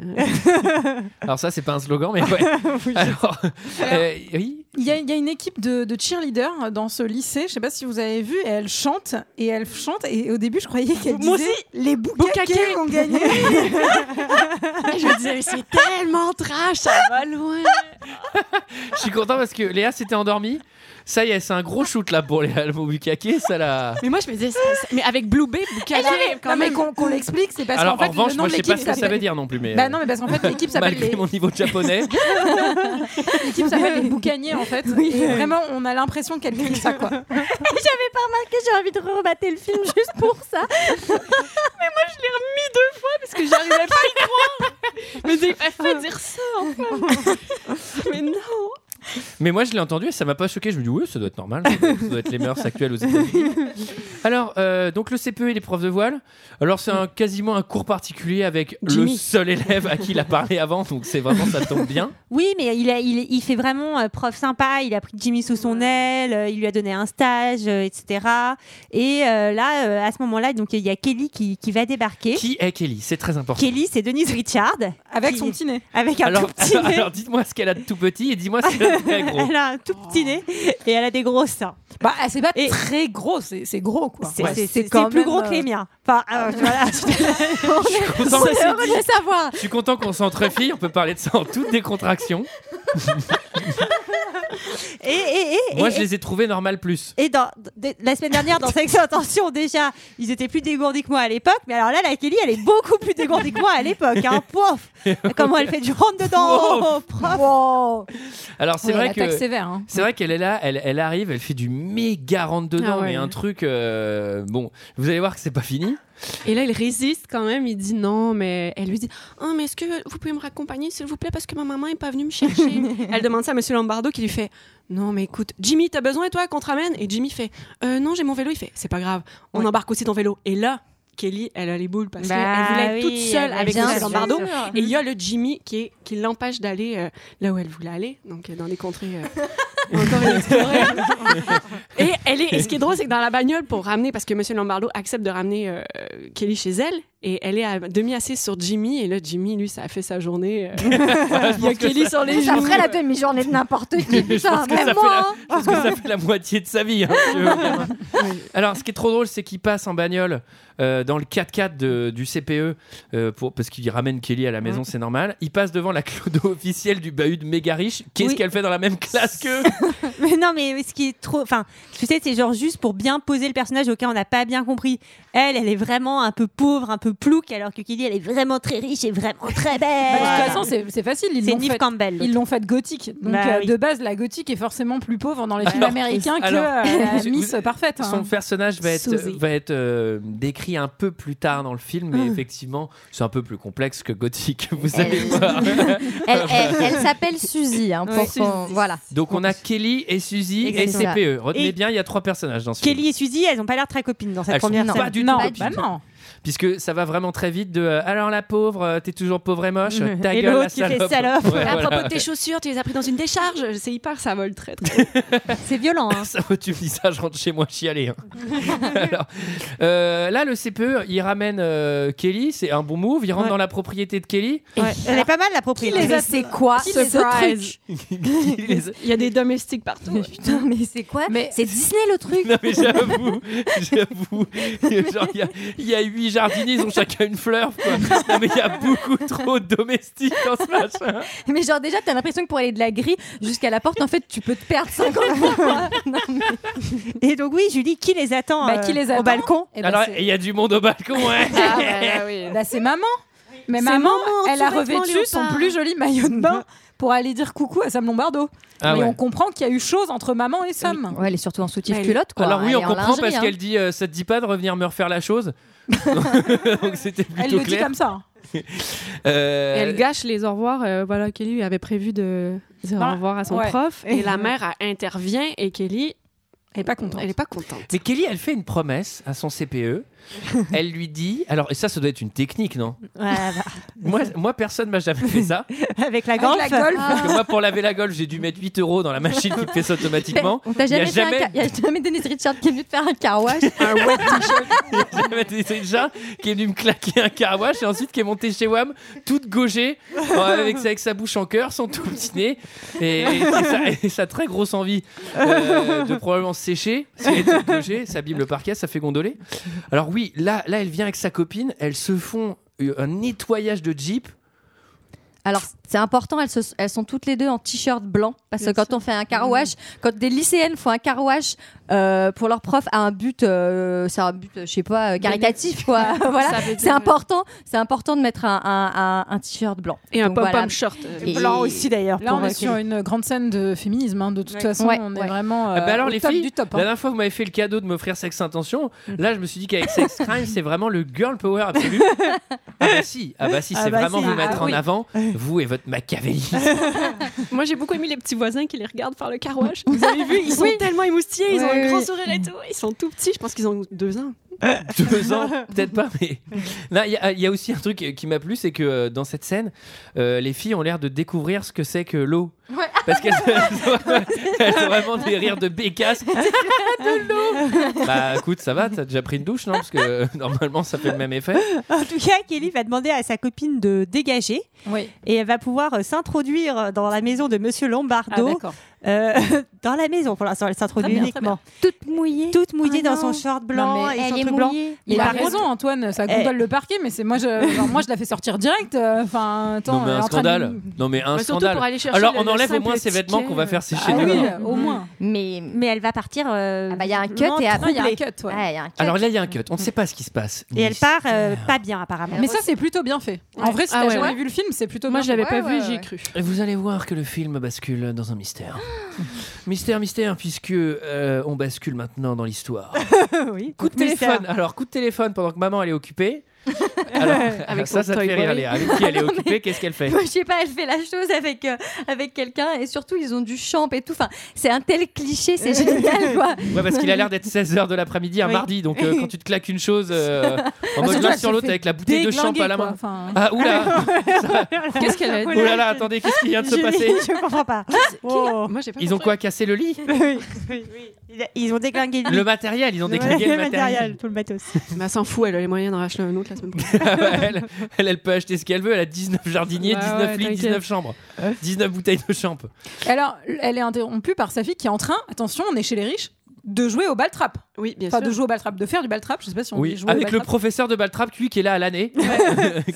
Speaker 1: (laughs) alors ça, c'est pas un slogan, mais (laughs) ouais. Alors, euh, oui,
Speaker 7: Il y, a- il y a une équipe de, de cheerleaders dans ce lycée, je sais pas si vous avez vu, et elle chante, et elle chante, et au début je croyais qu'elle disait
Speaker 10: Moi aussi.
Speaker 7: les boucaquets ont gagné.
Speaker 11: (laughs)
Speaker 6: ah.
Speaker 10: je me disais, mais c'est tellement trash, ça va loin.
Speaker 1: je suis content parce que Léa s'était endormie. Ça y est, c'est un gros shoot là pour Léa, le mot bucaqué, ça l'a...
Speaker 10: Mais moi, je me disais, c'est- c'est- mais avec Blue Bay, Boucaquet, quand
Speaker 7: Non, mais
Speaker 10: même.
Speaker 6: (laughs)
Speaker 7: qu'on qu'on l'explique, c'est parce
Speaker 1: Alors
Speaker 7: qu'en fait
Speaker 1: en revanche,
Speaker 7: le nom
Speaker 1: moi
Speaker 7: de
Speaker 1: je sais
Speaker 7: l'équipe
Speaker 1: pas ce que ça
Speaker 7: s'appelle-
Speaker 1: veut dire non plus, mais...
Speaker 7: Bah
Speaker 1: euh,
Speaker 7: non, mais parce qu'en fait l'équipe s'appelle
Speaker 1: Malgré
Speaker 7: les-
Speaker 1: mon niveau de
Speaker 7: (laughs)
Speaker 1: japonais,
Speaker 7: l'équipe s'appelle les boucaniers en
Speaker 11: (laughs)
Speaker 7: fait. Et vraiment, on a l'impression qu'elle crie ça quoi.
Speaker 11: J'avais pas remarqué, j'ai envie de remater le film juste pour ça.
Speaker 10: Mais moi, je l'ai remis deux fois parce que j'arrivais pas à y croire. Mais c'est pas fait de dire ça, enfin. mais non.
Speaker 1: mais moi je l'ai entendu et ça m'a pas choqué. Je me dis oui, ça doit être normal, ça doit- ça doit être les mœurs actuelles aux États-Unis. Alors euh, donc le CPE il est prof de voile. Alors c'est un, quasiment un cours particulier avec le
Speaker 6: Jimmy.
Speaker 1: seul élève à qui il a parlé avant, donc c'est vraiment ça tombe bien.
Speaker 6: Oui, mais il, a- il, il fait vraiment euh, prof sympa. Il a pris Jimmy sous son aile, euh, il lui a donné un stage, euh, etc. Et euh, là, euh, à ce moment-là, donc il y a Kelly qui, qui va débarquer.
Speaker 1: Qui est Kelly C'est très important.
Speaker 6: Kelly, c'est Denise Richard.
Speaker 7: Avec
Speaker 6: qui-
Speaker 7: son petit nez.
Speaker 6: Avec un
Speaker 1: Alors, Oh.
Speaker 6: tout petit
Speaker 1: alors, (laughs)
Speaker 6: nez.
Speaker 1: alors, dites-moi ce qu'elle a de tout petit et dis-moi ce qu'elle a de très gros.
Speaker 6: Elle a un tout petit nez et elle a des gros seins.
Speaker 7: Bah, c'est pas très gros, c'est c'est gros quoi.
Speaker 6: C'est
Speaker 7: Ouais.
Speaker 6: c'est-
Speaker 7: C'est
Speaker 6: c'est
Speaker 7: quand
Speaker 6: plus
Speaker 7: même,
Speaker 6: gros
Speaker 7: euh,
Speaker 6: que les miens. Enfin, euh, (laughs) voilà.
Speaker 1: Je suis content-
Speaker 11: Je veux savoir.
Speaker 1: Je suis content qu'on s'entrefille, on peut parler de ça en toute décontraction.
Speaker 6: Et, et, et,
Speaker 1: Moi
Speaker 6: et-
Speaker 1: je les ai trouvés normal plus.
Speaker 6: Et dans, d- la semaine dernière, dans Sex Intention, déjà, ils étaient plus dégourdis que moi à l'époque. Mais alors là, la Kelly, elle est beaucoup plus dégourdie que moi à l'époque.
Speaker 1: (laughs)
Speaker 6: Hein. Pouf Comment elle fait du rentre dedans oh,
Speaker 1: Pouf
Speaker 6: prof.
Speaker 1: Alors
Speaker 11: Oh
Speaker 1: c'est
Speaker 7: Oui,
Speaker 1: vrai
Speaker 7: elle
Speaker 1: que
Speaker 7: attaque sévère, hein.
Speaker 1: c'est vrai qu'elle est là, elle, elle arrive, elle fait du méga rentre dedans,
Speaker 10: Ah ouais.
Speaker 1: mais un truc euh, bon, vous allez voir que c'est pas fini.
Speaker 10: Et là, il résiste quand même. Il dit non, mais elle lui dit Ah, mais est-ce que vous pouvez me raccompagner, s'il vous plaît, parce que ma maman n'est pas venue me
Speaker 11: (laughs)
Speaker 10: chercher. elle demande ça à Monsieur Lombardo qui lui fait Non, mais écoute, Jimmy, t'as besoin, toi, qu'on te ramène Et Jimmy fait Euh, Non, j'ai mon vélo. Il fait C'est pas grave, on embarque aussi ton vélo. Et là, Kelly, elle a les boules parce
Speaker 11: Bah
Speaker 10: qu'elle voulait être
Speaker 11: oui,
Speaker 10: toute seule
Speaker 11: elle
Speaker 10: avec
Speaker 11: bien
Speaker 10: Monsieur
Speaker 11: sûr.
Speaker 10: Lombardo. Et il y a
Speaker 11: Mm.
Speaker 10: le Jimmy qui, est- qui l'empêche d'aller euh, là où elle voulait aller, donc euh, dans les contrées
Speaker 11: (laughs)
Speaker 10: euh, encore inexplorées. Et, elle est, et ce qui est drôle, c'est que dans la bagnole, pour ramener, parce que Monsieur Lombardo accepte de ramener euh, Kelly chez elle, Et elle est à demi assise sur Jimmy. Et là, Jimmy, lui, ça a fait sa journée. euh,
Speaker 1: je
Speaker 10: Il y a
Speaker 1: pense que
Speaker 10: Kelly
Speaker 1: ça-
Speaker 10: sur les
Speaker 11: Ça
Speaker 10: genoux.
Speaker 11: ferait la demi-journée de n'importe qui.
Speaker 1: je
Speaker 11: Putain,
Speaker 1: pense que ça
Speaker 11: même
Speaker 1: fait
Speaker 11: moi.
Speaker 1: la- je pense que ça fait la moitié de sa vie. hein, si tu veux. Alors, ce qui est trop drôle, c'est qu'il passe en bagnole euh, dans le 4x4 de- du CPE, euh, pour, parce qu'il ramène Kelly à la maison, c'est normal. Il passe devant la clodo officielle du bahut de méga riche. Qu'est-ce
Speaker 6: Oui.
Speaker 1: qu'elle fait dans la même classe qu'eux
Speaker 6: mais non, mais ce qui est trop. Enfin, tu sais, c'est genre juste pour bien poser le personnage auquel on n'a pas bien compris. Elle, elle est vraiment un peu pauvre, un peu plouque, alors que Kelly, elle est vraiment très riche et vraiment très
Speaker 7: Bah,
Speaker 6: belle.
Speaker 7: de toute façon, c'est- c'est facile. Ils
Speaker 6: C'est
Speaker 7: l'ont
Speaker 6: Neve
Speaker 7: fait-
Speaker 6: Campbell, l'autre.
Speaker 7: Ils l'ont fait gothique. Donc,
Speaker 6: Bah
Speaker 7: euh,
Speaker 6: oui.
Speaker 7: de base, la gothique est forcément plus pauvre dans les films
Speaker 1: Alors-
Speaker 7: américains que
Speaker 1: alors- (laughs)
Speaker 6: Ah,
Speaker 7: euh, la
Speaker 1: Vous-
Speaker 7: Miss
Speaker 1: vous-
Speaker 7: Parfaite. hein.
Speaker 1: Son personnage va être,
Speaker 7: Suzy.
Speaker 1: va être euh, décrit un peu plus tard dans le film,
Speaker 6: Ah.
Speaker 1: mais effectivement, c'est un peu plus complexe que Gothic, vous allez
Speaker 6: (laughs)
Speaker 1: voir.
Speaker 11: Elle, elle- elle s'appelle Suzy. hein, pour
Speaker 1: Ouais.
Speaker 11: qu'on- Voilà.
Speaker 1: Donc on a Kelly et Suzy et
Speaker 6: Exactement.
Speaker 1: CPE. Retenez
Speaker 6: Et-
Speaker 1: bien, il y a trois personnages dans ce film.
Speaker 6: Kelly et Suzy, elles n'ont pas l'air très copines dans cette
Speaker 1: Elles sont
Speaker 6: première
Speaker 1: pas
Speaker 6: scène.
Speaker 1: du tout Non, copines. bah non. Puisque ça va vraiment très vite de euh, alors la pauvre, euh, t'es toujours pauvre et moche,
Speaker 6: Mhm.
Speaker 1: ta
Speaker 6: Et
Speaker 1: gueule la
Speaker 6: l'autre qui fait
Speaker 1: salope.
Speaker 6: salope. Ah,
Speaker 1: Ouais,
Speaker 10: à
Speaker 1: voilà.
Speaker 10: propos de tes chaussures, tu les as pris dans une décharge. C'est hyper, ça vole très très.
Speaker 6: c'est violent.
Speaker 1: (laughs)
Speaker 7: hein.
Speaker 1: Ça vaut, tu me dis ça, je rentre chez moi chialer.
Speaker 6: (laughs)
Speaker 1: hein. Alors, euh, là, le CPE, il ramène euh, Kelly, c'est un bon move. Il rentre
Speaker 6: Ouais.
Speaker 1: dans la propriété de Kelly.
Speaker 6: Elle est pas mal la propriété.
Speaker 11: Qui les a- c'est quoi
Speaker 10: Qui
Speaker 11: ce
Speaker 10: les a-
Speaker 11: truc
Speaker 1: Il les a-
Speaker 10: Il y a des domestiques partout.
Speaker 11: Putain, mais c'est quoi
Speaker 7: Mais-
Speaker 11: C'est Disney le truc.
Speaker 1: Non, mais j'avoue, j'avoue. Genre, Il y a- il y a huit jardiniers, ils ont chacun une fleur. quoi. Non, mais il y a beaucoup trop de domestiques dans ce machin.
Speaker 11: Mais genre déjà, t'as l'impression que pour aller de la grille jusqu'à la porte, en fait, tu peux te perdre 50 (laughs) fois. Non, mais-
Speaker 6: Et donc oui, Julie, qui les attend,
Speaker 7: Bah,
Speaker 6: euh,
Speaker 7: qui les attend
Speaker 6: au balcon
Speaker 11: Eh ben,
Speaker 1: Alors,
Speaker 11: c'est-
Speaker 1: il y a du monde au balcon, hein. ouais.
Speaker 7: Ah, bah, Bah, c'est maman. Mais
Speaker 10: C'est maman,
Speaker 7: maman, elle a
Speaker 10: sous-vêtements
Speaker 7: revêtu son
Speaker 10: léopard.
Speaker 7: plus joli maillot de
Speaker 11: (laughs)
Speaker 7: bain pour aller dire coucou à Sam Lombardo.
Speaker 1: (laughs) Ah
Speaker 7: et
Speaker 1: ouais.
Speaker 7: on comprend qu'il y a eu chose entre maman et Sam.
Speaker 11: Ouais, elle est surtout en soutien
Speaker 10: Elle-
Speaker 11: culotte quoi.
Speaker 1: Alors oui,
Speaker 11: Elle
Speaker 1: on
Speaker 11: est en
Speaker 1: comprend
Speaker 11: lingerie,
Speaker 1: parce
Speaker 11: hein.
Speaker 1: qu'elle dit euh, ça te dit pas de revenir me refaire la chose. Donc c'était
Speaker 7: Elle
Speaker 1: plutôt
Speaker 7: le dit
Speaker 1: clair.
Speaker 7: comme ça.
Speaker 1: Euh,
Speaker 10: Et elle gâche les au revoir. euh, voilà, Kelly avait prévu de dire
Speaker 7: Bah,
Speaker 10: au revoir à son
Speaker 7: ouais.
Speaker 10: prof. Et la mère elle intervient et Kelly,
Speaker 7: Elle est pas contente.
Speaker 10: elle est pas contente.
Speaker 1: Mais Kelly, elle fait une promesse à son CPE. elle lui dit alors et ça, ça doit être une technique, non
Speaker 10: (laughs)
Speaker 6: Ouais, bah,
Speaker 1: Moi, moi, personne m'a jamais fait ça.
Speaker 6: avec la
Speaker 11: hein.
Speaker 7: Avec
Speaker 6: golf.
Speaker 7: la golf.
Speaker 1: Parce que moi, pour laver la golf, j'ai dû mettre 8 euros dans la machine qui le fait ça
Speaker 11: (laughs)
Speaker 1: automatiquement.
Speaker 11: On t'a
Speaker 1: Il y a
Speaker 11: jamais, fait un
Speaker 1: jamais-
Speaker 11: ca- il y a jamais Dennis Richard qui est venu te faire un
Speaker 1: (laughs)
Speaker 11: car wash.
Speaker 1: J'avais des déjà qui est venu me claquer un carouache et ensuite qui est monté chez Wam toute gaugée euh, avec, avec sa bouche en cœur, son tout petit nez et, et sa, et sa très grosse envie euh, de probablement se sécher. Si elle est toute gaugée, ça abîme le parquet, ça fait gondoler. Alors oui, là, là elle vient avec sa copine, elles se font euh, un nettoyage de jeep.
Speaker 11: Alors, c'est important, elles, se- elles sont toutes les deux en t-shirt blanc. Parce que
Speaker 10: Bien
Speaker 11: quand on fait un car
Speaker 7: Mm.
Speaker 11: wash, quand des lycéennes font un car wash euh, pour leur prof à un but, euh, c'est un but, euh, je sais pas, euh, caritatif,
Speaker 7: (laughs)
Speaker 11: quoi. voilà.
Speaker 10: Ça veut dire-
Speaker 7: euh,
Speaker 11: C'est important, c'est important de mettre un, un- un- un t-shirt blanc.
Speaker 10: Et un
Speaker 11: Donc,
Speaker 10: pom-pom
Speaker 11: voilà.
Speaker 10: short.
Speaker 11: Et-
Speaker 6: Blanc aussi d'ailleurs.
Speaker 7: Là,
Speaker 6: pour,
Speaker 7: on
Speaker 6: euh,
Speaker 7: est sur
Speaker 6: Kelly.
Speaker 7: une grande scène de féminisme. hein. De toute
Speaker 6: Ouais.
Speaker 7: façon,
Speaker 11: Ouais,
Speaker 7: on est
Speaker 11: ouais.
Speaker 7: vraiment euh,
Speaker 1: Ah bah alors
Speaker 7: au
Speaker 1: les
Speaker 7: top
Speaker 1: filles,
Speaker 7: du top.
Speaker 1: La
Speaker 7: hein.
Speaker 1: dernière fois, vous m'avez fait le cadeau de m'offrir Sex Intention. Là, je me suis dit qu'avec Sex Crime, c'est vraiment le girl power absolu. Ah bah si, ah bah si,
Speaker 6: Ah
Speaker 1: c'est
Speaker 6: bah
Speaker 1: vraiment
Speaker 6: si.
Speaker 1: vous
Speaker 6: Ah
Speaker 1: mettre en
Speaker 7: oui.
Speaker 1: avant, vous et votre machiavélisme.
Speaker 10: Moi, j'ai beaucoup aimé les petits voisins qui les regardent faire le
Speaker 11: (laughs)
Speaker 10: carouage. Vous avez vu, ils sont tellement émoustillés, ils ont
Speaker 11: Oui,
Speaker 10: un grand
Speaker 11: oui.
Speaker 10: sourire et tout. Ils sont tout petits, je pense qu'ils ont deux ans.
Speaker 1: (laughs) deux ans, peut-être pas, mais Là, il y, a- il y a aussi un truc qui m'a plu, c'est que euh, dans cette scène, euh, les filles ont l'air de découvrir ce que c'est que l'eau.
Speaker 11: Ouais.
Speaker 1: Parce qu'elles elles elles ont vraiment des rires de bécasse. de l'eau. Bah écoute, ça va, t'as déjà pris une douche, non Parce que euh, normalement, ça fait le même effet.
Speaker 6: En tout cas, Kelly va demander à sa copine de dégager
Speaker 7: Oui.
Speaker 6: et elle va pouvoir euh, s'introduire dans la maison de Monsieur
Speaker 7: Ah,
Speaker 6: Lombardo.
Speaker 7: d'accord.
Speaker 6: Euh, (laughs) dans la maison, pour l'instant, elle s'introduit
Speaker 7: Très bien, très
Speaker 6: uniquement.
Speaker 11: Toute mouillée.
Speaker 6: Toute mouillée
Speaker 11: Ah
Speaker 6: dans son
Speaker 11: non.
Speaker 6: short blanc
Speaker 7: Non, mais
Speaker 6: et son
Speaker 11: Elle est
Speaker 6: truc blanc.
Speaker 11: mouillée.
Speaker 7: Il
Speaker 6: Mais
Speaker 7: a
Speaker 6: par contre-
Speaker 7: raison, Antoine,
Speaker 10: Eh.
Speaker 7: ça gondole le parquet, mais c'est moi, je,
Speaker 10: (laughs)
Speaker 7: alors, moi, je la fais sortir direct. euh, Enfin,
Speaker 1: non
Speaker 7: attends,
Speaker 1: mais
Speaker 7: elle est
Speaker 1: un
Speaker 7: en train de-
Speaker 1: scandale. Non mais un
Speaker 10: Mais Bah, surtout
Speaker 1: scandale.
Speaker 10: pour aller chercher
Speaker 1: Alors
Speaker 10: le-
Speaker 1: on
Speaker 10: le
Speaker 1: enlève au
Speaker 10: simple
Speaker 1: moins ces
Speaker 10: ticket,
Speaker 1: vêtements qu'on va
Speaker 10: euh,
Speaker 1: faire sécher
Speaker 7: Ah
Speaker 1: dehors.
Speaker 7: oui, au moins.
Speaker 11: Mais
Speaker 6: Mais elle va partir. euh,
Speaker 11: Ah bah, il y a un cut et
Speaker 7: Après, il y a un
Speaker 11: troublée.
Speaker 7: cut, ouais.
Speaker 11: Ouais, il y a un cut.
Speaker 1: Alors là, il y a un cut. On ne sait pas ce qui se passe.
Speaker 6: Et elle part euh, pas bien, apparemment.
Speaker 7: Mais ça, c'est plutôt bien fait. En
Speaker 10: Ouais.
Speaker 7: vrai, si
Speaker 10: Ah
Speaker 7: t'as
Speaker 10: ouais,
Speaker 7: jamais
Speaker 10: ouais.
Speaker 7: vu le film, c'est plutôt
Speaker 10: Moi, je
Speaker 7: bien
Speaker 10: l'avais
Speaker 7: fait.
Speaker 10: pas
Speaker 11: Ouais,
Speaker 10: vu,
Speaker 11: ouais,
Speaker 10: j'ai
Speaker 11: ouais.
Speaker 10: cru.
Speaker 1: Et vous allez voir que le film bascule dans
Speaker 10: (gasps)
Speaker 1: un mystère. mystère, mystère, puisque euh, on bascule maintenant dans l'histoire.
Speaker 6: (laughs) oui.
Speaker 1: Coup de téléphone. Alors, coup de téléphone pendant que maman elle est occupée. Alors,
Speaker 10: Avec
Speaker 1: ça,
Speaker 10: son
Speaker 1: ça te
Speaker 10: Toy
Speaker 1: fait
Speaker 10: Boy.
Speaker 1: rire. Léa. Avec qui elle est
Speaker 11: Non, mais-
Speaker 1: occupée Qu'est-ce qu'elle fait
Speaker 11: Moi, (laughs) je sais pas, elle fait la chose avec, euh, avec quelqu'un et surtout ils ont du champ et tout. Enfin, c'est un tel cliché, c'est génial
Speaker 7: (laughs)
Speaker 11: quoi.
Speaker 1: Ouais, parce qu'il a l'air d'être 16h de l'après-midi un
Speaker 6: Oui.
Speaker 1: mardi. Donc, euh, quand tu te claques une chose euh, en
Speaker 7: Surtout,
Speaker 1: mode l'un
Speaker 7: elle
Speaker 1: sur
Speaker 7: se
Speaker 1: l'autre
Speaker 7: fait
Speaker 1: avec la bouteille de champ à la main.
Speaker 7: déglinguer, quoi. Enfin, hein.
Speaker 1: Ah, oula
Speaker 10: Qu'est-ce qu'elle a dit
Speaker 1: Oh
Speaker 6: (laughs)
Speaker 1: là là, attendez, qu'est-ce qui vient de se
Speaker 6: Je-
Speaker 1: passer
Speaker 6: Je comprends pas. Oh. (laughs)
Speaker 10: Moi, j'ai pas
Speaker 1: Ils ont
Speaker 10: compris.
Speaker 1: quoi Cassé le lit
Speaker 6: Oui, oui, oui. Ils- Ils ont déglingué
Speaker 1: Le matériel, ils ont déglingué le matériel. Ah
Speaker 6: tout (laughs) le matos.
Speaker 10: Bah, s'en fout, elle a les moyens d'en racheter un autre la semaine prochaine.
Speaker 1: elle, elle, elle peut acheter ce qu'elle veut. Elle a 19 jardiniers,
Speaker 7: Ouais,
Speaker 1: 19
Speaker 7: ouais,
Speaker 1: lits,
Speaker 7: t'inquiète.
Speaker 1: 19 chambres, 19 bouteilles de champ.
Speaker 7: Alors, elle est interrompue par sa fille qui est en train, attention, on est chez les riches, de jouer au baltrap.
Speaker 10: Oui, bien
Speaker 7: Pas
Speaker 10: sûr.
Speaker 7: de jouer au baltrap, de faire du baltrap, je sais pas si on dit
Speaker 1: Oui,
Speaker 7: jouer
Speaker 1: avec
Speaker 7: au
Speaker 1: le
Speaker 7: baltrap.
Speaker 1: professeur de Baltrap, lui, qui est là à l'année. (laughs) Qui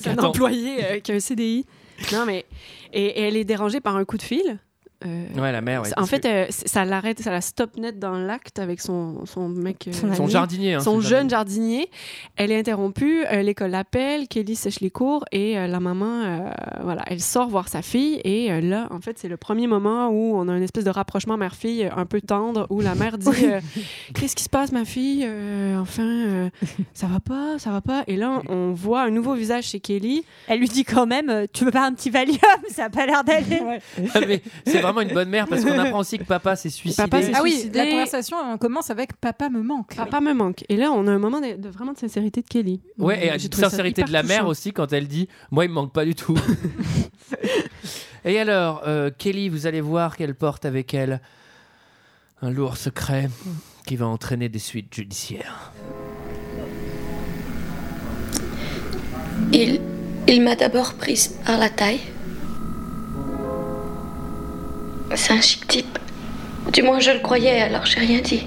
Speaker 10: C'est un
Speaker 1: attend.
Speaker 10: employé euh, qui a un CDI. Non, mais. Et, et elle est dérangée par un coup de fil. Euh,
Speaker 1: Ouais, la mère. ouais,
Speaker 10: en
Speaker 1: parce
Speaker 10: fait,
Speaker 1: que-
Speaker 10: euh, c- ça l'arrête, ça la stop net dans l'acte avec son, son mec. euh,
Speaker 1: Son
Speaker 10: ami,
Speaker 1: jardinier, hein,
Speaker 10: son
Speaker 1: c'est
Speaker 10: jeune jardinier. Elle est interrompue, euh, l'école l'appelle, Kelly sèche les cours et euh, la maman, euh, voilà, elle sort voir sa fille. Et euh, là, en fait, c'est le premier moment où on a une espèce de rapprochement mère-fille euh, un peu tendre où la mère dit euh, Qu'est-ce qui se passe, ma fille Euh, Enfin, euh, ça va pas, ça va pas. Et là, on voit un nouveau visage chez Kelly.
Speaker 6: Elle lui dit quand même euh, Tu veux pas un petit Valium (laughs) Ça a pas l'air d'aller.
Speaker 1: (laughs) Ah, mais c'est vraiment une bonne mère parce qu'on apprend aussi que papa s'est suicidé.
Speaker 7: Ah oui, la conversation euh, commence avec Papa me manque.
Speaker 10: Papa me manque. Et là, on a un moment de, de- vraiment de sincérité de Kelly.
Speaker 1: Ouais, et la
Speaker 10: J'ai trouvé ça
Speaker 1: sincérité
Speaker 10: hyper
Speaker 1: de la mère
Speaker 10: touchant.
Speaker 1: aussi quand elle dit Moi, il me manque pas
Speaker 10: (laughs)
Speaker 1: du tout. et alors, euh, Kelly, vous allez voir qu'elle porte avec elle un lourd secret qui va entraîner des suites judiciaires.
Speaker 12: Il, il m'a d'abord prise par la taille. C'est un chic type. Du moins, je le croyais, alors j'ai rien dit.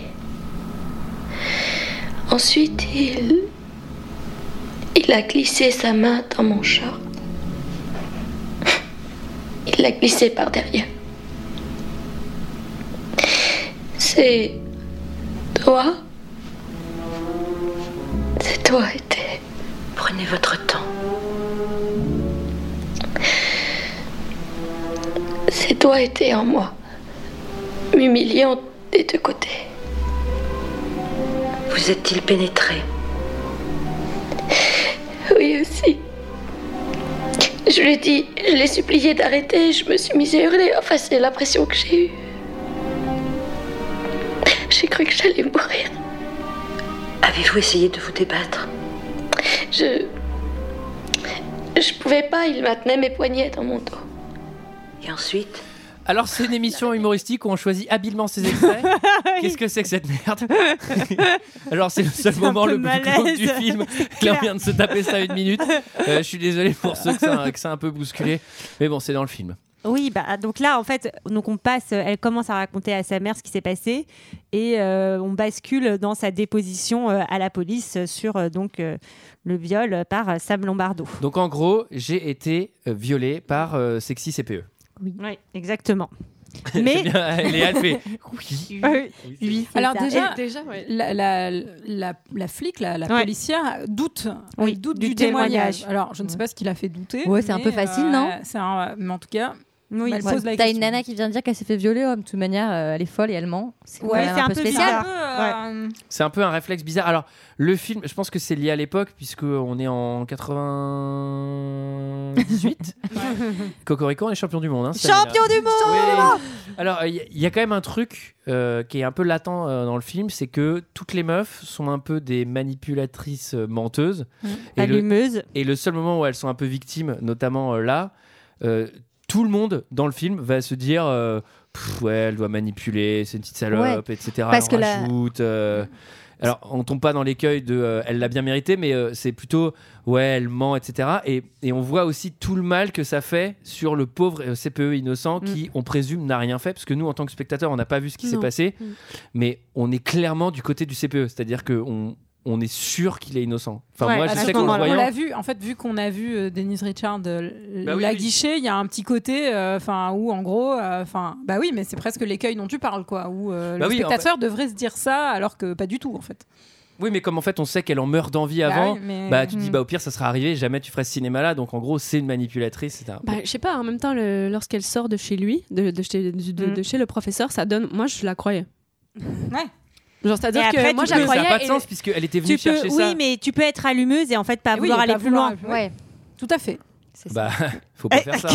Speaker 12: Ensuite, il. Il a glissé sa main dans mon short. Il l'a glissé par derrière. C'est. Toi C'est toi, était. Prenez votre temps. C'est toi était en moi, m'humiliant des deux côtés. Vous êtes-il pénétré Oui aussi. Je l'ai dit, je l'ai supplié d'arrêter, je me suis mise à hurler. Enfin, c'est l'impression que j'ai eue. J'ai cru que j'allais mourir. Avez-vous essayé de vous débattre je. Je pouvais pas, il maintenait mes poignets dans mon dos. Et ensuite
Speaker 1: Alors, c'est une émission humoristique où on choisit habilement
Speaker 6: (laughs)
Speaker 1: ses extraits. Qu'est-ce que c'est que cette merde (laughs) Alors, c'est le seul
Speaker 6: C'est un
Speaker 1: moment
Speaker 6: peu
Speaker 1: le plus glauque
Speaker 6: malaise.
Speaker 1: du
Speaker 6: (laughs)
Speaker 1: film. Claire vient de se taper ça une minute. Euh, je suis désolé pour ceux que
Speaker 6: (laughs)
Speaker 1: ça, que ça a un peu bousculé. Mais bon, c'est dans le film.
Speaker 6: Oui, bah, donc là, en fait, donc on passe, elle commence à raconter à sa mère ce qui s'est passé et euh, on bascule dans sa déposition euh, à la police sur euh, donc, euh, le viol par euh, Sam Lombardo.
Speaker 1: Donc, en gros, j'ai été euh, violée par euh, Sexy CPE.
Speaker 6: Oui, exactement.
Speaker 1: C'est
Speaker 6: Mais.
Speaker 1: bien, Léa, elle fait oui.
Speaker 6: Oui, c'est
Speaker 7: Alors
Speaker 6: ça.
Speaker 7: déjà,
Speaker 6: Et-
Speaker 7: La, la, la- la flic, la, la
Speaker 6: Ouais.
Speaker 7: policière doute, Elle
Speaker 6: Oui,
Speaker 7: doute
Speaker 6: du
Speaker 7: du, témoignage.
Speaker 6: témoignage.
Speaker 7: Alors je ne sais pas ce qui l'a fait douter.
Speaker 11: Ouais, c'est un
Speaker 7: mais,
Speaker 11: peu facile, non
Speaker 7: c'est un- Mais en tout cas,
Speaker 11: Oui,
Speaker 7: elle
Speaker 11: ouais.
Speaker 7: pose la
Speaker 11: T'as
Speaker 7: question.
Speaker 11: une nana qui vient de dire qu'elle s'est fait violer, homme. De toute manière, euh, elle est folle et elle ment. C'est quand
Speaker 7: Ouais,
Speaker 11: même
Speaker 7: c'est
Speaker 11: un,
Speaker 7: un
Speaker 11: peu
Speaker 7: peu
Speaker 11: spécial.
Speaker 7: bizarre. Ouais.
Speaker 1: C'est un peu un réflexe bizarre. Alors, le film, je pense que c'est lié à l'époque, puisqu'on est en
Speaker 6: (laughs)
Speaker 1: 98. Cocorico, on est champion du monde. hein, cette
Speaker 6: Champion
Speaker 1: année-là.
Speaker 6: du monde
Speaker 1: Oui. Alors, il y, y a quand même un truc euh, qui est un peu latent euh, dans le film c'est que toutes les meufs sont un peu des manipulatrices euh, menteuses. Et
Speaker 6: Mmh.
Speaker 1: le-
Speaker 6: Allumeuses.
Speaker 1: et le seul moment où elles sont un peu victimes, notamment euh, là, euh, tout le monde dans le film va se dire. euh, Pff, ouais, elle doit manipuler, c'est une petite salope,
Speaker 11: Ouais.
Speaker 1: etc.
Speaker 11: Parce
Speaker 1: elle
Speaker 11: que la-
Speaker 1: rajoute, euh, Alors, on tombe pas dans l'écueil de euh, elle l'a bien mérité, mais euh, c'est plutôt ouais, elle ment, etc. Et, et on voit aussi tout le mal que ça fait sur le pauvre euh, CPE innocent qui, on présume, n'a rien fait, parce que nous, en tant que spectateurs, on n'a pas vu ce qui s'est
Speaker 10: Non.
Speaker 1: passé,
Speaker 10: Mm.
Speaker 1: mais on est clairement du côté du CPE, c'est-à-dire qu'on on est sûr qu'il est innocent. Enfin,
Speaker 7: Ouais,
Speaker 1: moi, je
Speaker 7: à ce
Speaker 1: sais qu'en le
Speaker 7: moment-là, on
Speaker 1: voyant,
Speaker 7: l'a vu. En fait, vu qu'on a vu euh, Denise Richard euh, l-
Speaker 1: Bah oui,
Speaker 7: la
Speaker 1: oui.
Speaker 7: guichet, il y a un petit côté, euh, enfin, où en gros, euh, enfin, bah oui, mais c'est presque l'écueil dont tu parles, quoi. Où euh,
Speaker 1: Bah
Speaker 7: le
Speaker 1: oui,
Speaker 7: spectateur devrait se dire ça, alors que pas du tout, en fait.
Speaker 1: Oui, mais comme en fait on sait qu'elle en meurt d'envie
Speaker 7: Bah
Speaker 1: avant,
Speaker 7: oui, mais-
Speaker 1: bah tu te dis
Speaker 7: Hmm.
Speaker 1: bah au pire ça sera arrivé, jamais tu feras ce cinéma là, donc en gros c'est une manipulatrice, etc.
Speaker 10: Bah, je sais pas, en même temps, le- lorsqu'elle sort de chez lui, de, de chez, du- de-
Speaker 7: Mm.
Speaker 10: de chez le professeur, ça donne. Moi, je la croyais.
Speaker 7: Ouais.
Speaker 10: Genre, c'est-à-dire que moi, je la
Speaker 1: ça
Speaker 10: croyais.
Speaker 1: n'a pas de
Speaker 10: et-
Speaker 1: sens puisqu'elle était venue
Speaker 6: Tu peux,
Speaker 1: chercher ça.
Speaker 6: Ah oui, mais tu peux être allumeuse et en fait
Speaker 7: Et
Speaker 6: pas
Speaker 7: oui,
Speaker 6: vouloir
Speaker 7: et
Speaker 6: aller
Speaker 7: pas
Speaker 6: plus
Speaker 7: vouloir
Speaker 6: loin.
Speaker 7: aller plus loin. Tout à fait.
Speaker 11: c'est
Speaker 1: Bah,
Speaker 11: ça.
Speaker 1: faut pas
Speaker 7: (laughs)
Speaker 1: faire ça.